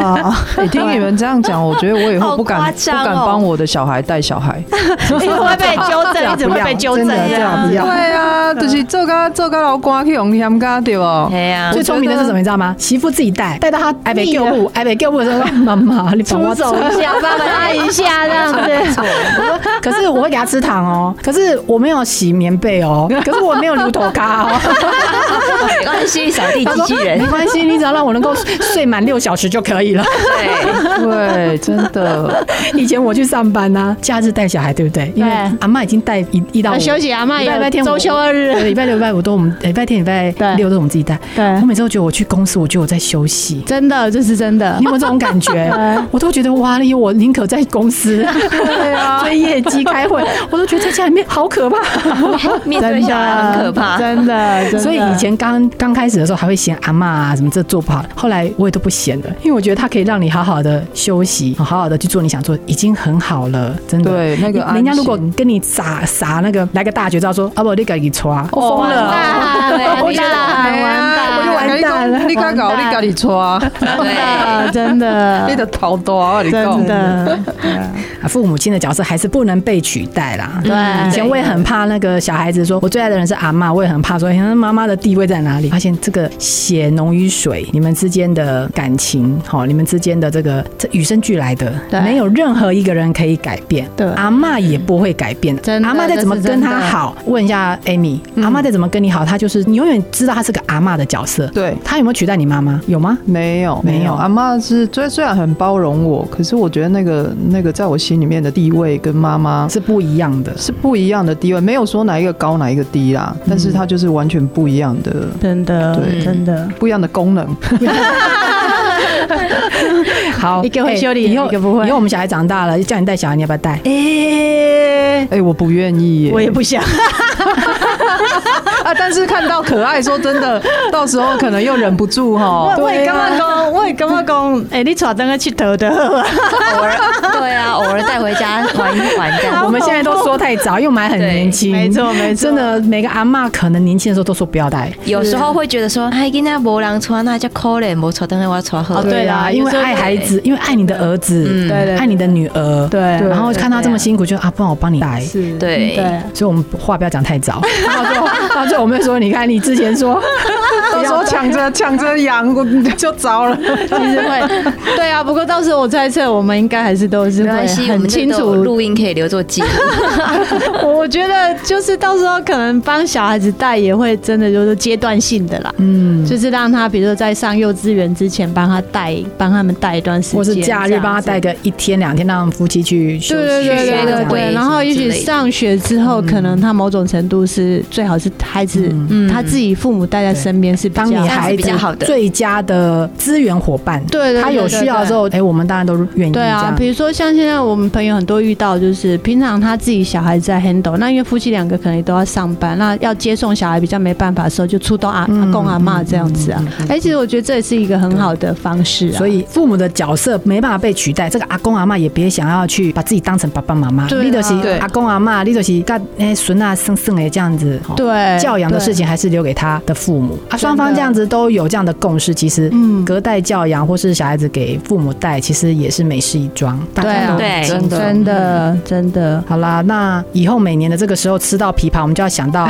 [SPEAKER 4] 欸听你们这样讲，我觉得我以后不敢、
[SPEAKER 7] 好夸
[SPEAKER 4] 不
[SPEAKER 7] 张哦
[SPEAKER 4] 敢帮我的小孩带小孩。
[SPEAKER 5] 一直会被纠正，一直会被纠正
[SPEAKER 2] 真的，最好不要。
[SPEAKER 4] 对啊，就是做个做个老瓜去用添加对吧？
[SPEAKER 2] 嗯
[SPEAKER 7] 哎呀，
[SPEAKER 2] 最聪明的是什么，你知道吗？媳妇自己带，带到哎他挨北救护，挨北救护的时候， 妈妈，你帮我
[SPEAKER 5] 走一下，爸爸拉一下，这 样子，
[SPEAKER 2] 可是我会给他吃糖哦，可是我没有洗棉被 哦，可是我没有乳头咖哦。
[SPEAKER 7] 没关系，扫地机器人
[SPEAKER 2] 没，关系，你只要让我能够睡满六小时就可以了。
[SPEAKER 7] 对，
[SPEAKER 4] 对，真的，
[SPEAKER 2] 以前我去上班呐、假日带小孩，对不对？因为
[SPEAKER 5] 对
[SPEAKER 2] 阿嬷已经带一一到五
[SPEAKER 5] 休息阿嬷
[SPEAKER 2] 礼拜
[SPEAKER 5] 也
[SPEAKER 2] 礼拜天我
[SPEAKER 5] 周休二日
[SPEAKER 2] 对礼拜六、礼拜五都我们，礼拜天、礼拜
[SPEAKER 5] 对
[SPEAKER 2] 六都我们自己带。
[SPEAKER 5] 对
[SPEAKER 2] 我，每次都觉得我去公司，我觉得我在休 息。
[SPEAKER 5] 真的，这是真的
[SPEAKER 2] 你有。没有这种感觉？我都觉得哇，有我宁可在公司 追业绩、开会，我都觉得在家里面好可怕。
[SPEAKER 7] 面对小孩很可怕。
[SPEAKER 5] 真的，真的
[SPEAKER 2] 所以以前刚刚开始的时候还会嫌阿嬷啊什么这做不好，后来我也都不嫌了，因为我觉得它可以让你好好的休息，好好的去做你想做，已经很好了，真的。
[SPEAKER 4] 对那个
[SPEAKER 2] 人家
[SPEAKER 4] 安心
[SPEAKER 2] 如果跟你撒撒那个来个大绝招说啊不你给你抓，我疯了哦，
[SPEAKER 5] 完
[SPEAKER 2] 我觉得
[SPEAKER 4] 哎
[SPEAKER 5] 蛋，完蛋，
[SPEAKER 2] 我就完蛋了
[SPEAKER 4] 你敢搞，你
[SPEAKER 5] 完蛋
[SPEAKER 4] 敢 你抓，
[SPEAKER 5] 蛋，真的，
[SPEAKER 4] 你的
[SPEAKER 5] 真的，嗯
[SPEAKER 4] 头大，我跟你
[SPEAKER 5] 真
[SPEAKER 4] 讲。
[SPEAKER 5] 的，
[SPEAKER 2] 啊父母亲的角色还是不能被取代啦。
[SPEAKER 5] 对，
[SPEAKER 2] 以前我也很怕那个小孩子说，我最爱的人是阿嬷，我也很怕说，哎那妈妈的地位在哪里？发现这个血浓于水，你们之间的感情，好，你们之间的这个这与生俱来的，
[SPEAKER 5] 对
[SPEAKER 2] 没有任何一个人可以改变，
[SPEAKER 5] 对
[SPEAKER 2] 阿嬷也不会改变。
[SPEAKER 5] 真的
[SPEAKER 2] 阿嬷再怎么跟他好，问一下 Amy，阿
[SPEAKER 5] 嗯
[SPEAKER 2] 嬷再怎么跟你好，她就是你永远知道她是个阿嬷的角色。
[SPEAKER 4] 对
[SPEAKER 2] 她有没有取代你妈妈？有吗？
[SPEAKER 4] 没有，
[SPEAKER 2] 没有
[SPEAKER 4] 没有。阿妈是虽虽然很包容我，可是我觉得那个那个在我心里面的地位跟妈妈
[SPEAKER 2] 是不一样的。
[SPEAKER 4] 是不一样的地位，没有说哪一个高哪一个低啦，但是
[SPEAKER 2] 嗯
[SPEAKER 4] 它就是完全不一样的
[SPEAKER 5] 真的，
[SPEAKER 4] 对
[SPEAKER 5] 真的，
[SPEAKER 4] 不一样的功能。
[SPEAKER 2] 好，
[SPEAKER 5] 一个会
[SPEAKER 2] 哎
[SPEAKER 5] 修理
[SPEAKER 2] 以后
[SPEAKER 5] 一个不会
[SPEAKER 2] 以后我们小孩长大了，叫你带小孩，你要不要带？
[SPEAKER 5] 哎，
[SPEAKER 4] 哎、我不愿意耶
[SPEAKER 5] 我也不想，
[SPEAKER 4] 啊，但是看到可爱，说真的，到时候可能又忍不住哈。
[SPEAKER 5] 我也感觉讲，我也感觉讲，哎，你带灯个去头的，
[SPEAKER 7] 偶尔对啊，偶尔带回家玩一玩这样。
[SPEAKER 2] 我们现在都说太早，因为我们还很年轻，
[SPEAKER 5] 对没错没错
[SPEAKER 2] 真的，每个阿嬷可能年轻的时候都说不要带。
[SPEAKER 7] 有时候会觉得说，哎，跟那没人穿，那叫可怜，没穿，等下我要穿好。
[SPEAKER 5] 对啦
[SPEAKER 2] 啊因为
[SPEAKER 5] 有时候
[SPEAKER 2] 爱孩子，因为爱你的儿子，
[SPEAKER 7] 嗯
[SPEAKER 5] 对对
[SPEAKER 2] 爱你的女儿，
[SPEAKER 5] 对
[SPEAKER 2] 然后看他这么辛苦，就啊，不然我帮你带。
[SPEAKER 5] 是，
[SPEAKER 7] 对
[SPEAKER 5] 对，
[SPEAKER 2] 所以我们话不要讲太早，到最后，到最后我们会说，你看你之前说，
[SPEAKER 4] 到时候抢着抢着养我就糟了。
[SPEAKER 5] 其实会，对啊。不过到时候我猜测，我们应该还是都是
[SPEAKER 7] 没
[SPEAKER 5] 会
[SPEAKER 7] 关系，我
[SPEAKER 5] 很
[SPEAKER 7] 们这
[SPEAKER 5] 清
[SPEAKER 7] 个都有
[SPEAKER 5] 楚。
[SPEAKER 7] 录音可以留作记录。
[SPEAKER 5] 我我觉得就是到时候可能帮小孩子带，也会真的就是阶段性的啦。嗯，就是让他比如说在上幼稚园之前，帮他带，帮他们带一段时间，
[SPEAKER 2] 或是假日帮他
[SPEAKER 5] 这
[SPEAKER 2] 带
[SPEAKER 5] 样子。
[SPEAKER 2] 个一天两天，让他们夫妻去休息
[SPEAKER 5] 对对对
[SPEAKER 2] 一下
[SPEAKER 5] 对
[SPEAKER 2] 这
[SPEAKER 5] 对
[SPEAKER 2] 样
[SPEAKER 5] 对，然后也许上学之
[SPEAKER 2] 嗯
[SPEAKER 5] 后，可能他某种程度是最好是孩子他自己父母带在身边是比较
[SPEAKER 2] 当你
[SPEAKER 7] 样
[SPEAKER 2] 孩
[SPEAKER 7] 是比
[SPEAKER 2] 子
[SPEAKER 7] 较好的
[SPEAKER 2] 最佳的资源伙伴，
[SPEAKER 5] 对对对
[SPEAKER 2] 他有需要的时候，哎，我们当然都愿意这
[SPEAKER 5] 对啊
[SPEAKER 2] 样，。
[SPEAKER 5] 比如说像现在我们朋友很多遇到，就是平常他自己小孩在 handle，那因为夫妻两个可能都要上班，那要接送小孩比较没办法的时候，就出动阿
[SPEAKER 2] 嗯
[SPEAKER 5] 阿公阿妈这样子啊。哎，其实我觉得这也是一个很好的方式啊。
[SPEAKER 2] 嗯所以父母的角色没办法被取代，这个阿公阿妈也别想要去把自己当成爸爸妈妈，
[SPEAKER 5] 对啊
[SPEAKER 2] 你就是
[SPEAKER 5] 对
[SPEAKER 2] 阿公阿妈，你就是干哎孙啊生生哎这样子，哦
[SPEAKER 5] 对
[SPEAKER 2] 教养的事
[SPEAKER 5] 对
[SPEAKER 2] 情还是留给他的父母啊。双方这样子都有这样的共识，其实
[SPEAKER 5] 嗯
[SPEAKER 2] 隔代教养或是小孩子给父母带，其实也是美事一桩。大
[SPEAKER 5] 对
[SPEAKER 2] 家
[SPEAKER 5] 啊
[SPEAKER 2] 都
[SPEAKER 7] 对
[SPEAKER 5] 真的真的真的，
[SPEAKER 2] 好啦，那以后每年的这个时候吃到琵琶，我们就要想 到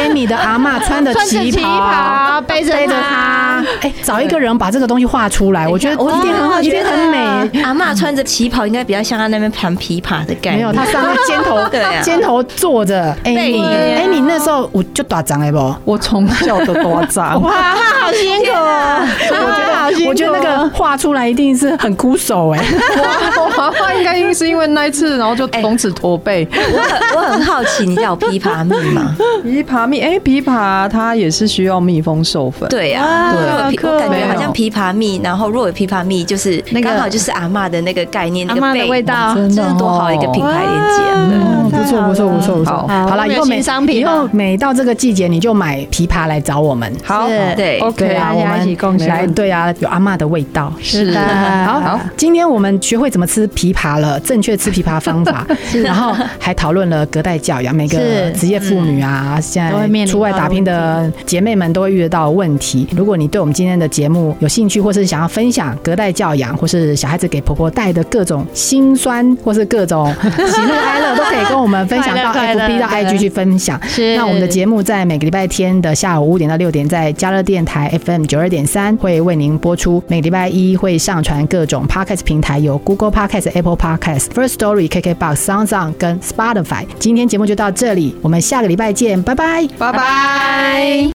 [SPEAKER 2] Amy 的阿嬷穿的
[SPEAKER 5] 穿着
[SPEAKER 2] 旗
[SPEAKER 5] 旗
[SPEAKER 2] 袍
[SPEAKER 5] 袍，背着
[SPEAKER 2] 背着
[SPEAKER 5] 它
[SPEAKER 2] 她，哎，找一个人把这个东西画出来，我觉得一定很好，一定很美。
[SPEAKER 7] 阿嬷穿着旗袍，应该比较像她那边弹琵琶的感觉。
[SPEAKER 2] 没有，她 上面肩头
[SPEAKER 7] 对啊
[SPEAKER 2] 肩头坐着
[SPEAKER 7] 背
[SPEAKER 2] Amy，
[SPEAKER 7] 影
[SPEAKER 2] Amy 那时候我就打掌哎不，
[SPEAKER 4] 我从小的多长，
[SPEAKER 5] 哇，他好辛苦哦，他好辛苦哦，
[SPEAKER 2] 我觉得那个画出来一定是很枯手哎，
[SPEAKER 4] 我妈妈哦应该是因为那一次，然后就从此驼背。
[SPEAKER 7] 我很我很好奇，你家有琵琶蜜 吗？
[SPEAKER 4] 琵琶蜜，哎，琵琶它也是需要蜜蜂授粉。
[SPEAKER 7] 对啊呀，
[SPEAKER 4] 哇
[SPEAKER 7] 对，我感觉好像
[SPEAKER 4] 没
[SPEAKER 7] 琵琶蜜，然后若有琵琶蜜，就是
[SPEAKER 5] 那个
[SPEAKER 7] 刚好就是阿嬷的那个概念，那
[SPEAKER 5] 阿
[SPEAKER 7] 个
[SPEAKER 5] 妈的
[SPEAKER 7] 背
[SPEAKER 5] 味
[SPEAKER 7] 影
[SPEAKER 5] 道。
[SPEAKER 2] 真
[SPEAKER 7] 真是哦多好一个品牌连接。对
[SPEAKER 2] 哦，不错不错不错不错，
[SPEAKER 4] 啊好
[SPEAKER 2] 好啦，
[SPEAKER 5] 哦我们
[SPEAKER 2] 以
[SPEAKER 5] 有
[SPEAKER 2] 后每
[SPEAKER 5] 新商品啊
[SPEAKER 2] 以后
[SPEAKER 5] 了
[SPEAKER 2] 每到这个季节你就买琵琶来找我们。
[SPEAKER 4] 好，
[SPEAKER 5] 是
[SPEAKER 7] 对
[SPEAKER 2] 对
[SPEAKER 4] ，OK，
[SPEAKER 2] 啊，
[SPEAKER 5] 大
[SPEAKER 2] 我
[SPEAKER 5] 家一起共
[SPEAKER 2] 们
[SPEAKER 5] 享啊
[SPEAKER 2] 来对啊，有阿嬷的味道。 呃
[SPEAKER 4] 是
[SPEAKER 5] 的
[SPEAKER 2] 好，今天我们学会怎么吃枇杷了，正确吃枇杷方 法，然后还讨论了隔代教养，每个
[SPEAKER 5] 是嗯
[SPEAKER 2] 职业妇女啊，现
[SPEAKER 5] 都会
[SPEAKER 2] 在
[SPEAKER 5] 面临
[SPEAKER 2] 出外打拼的姐妹们都会遇得到的问题。如果你对我们今天的节目有兴趣，或是想要分享隔代教养，或是小孩子给婆婆带的各种辛酸，或是各种喜怒哀乐，都可以跟我们分享到
[SPEAKER 5] 快乐快
[SPEAKER 2] FB
[SPEAKER 5] 乐
[SPEAKER 2] 到 IG 去分享。
[SPEAKER 5] 是
[SPEAKER 2] 那我们的节目在每个礼拜天的下午五点到六点，在加乐电台 FM 九二点三会为您播出。每个礼拜一会上传各种 Podcast 平台，有 Google Podcast、Apple Podcast、First Story、KKBox、Sound On 跟 Spotify。今天节目就到这里，我们下个礼拜见，拜拜。
[SPEAKER 4] 拜拜。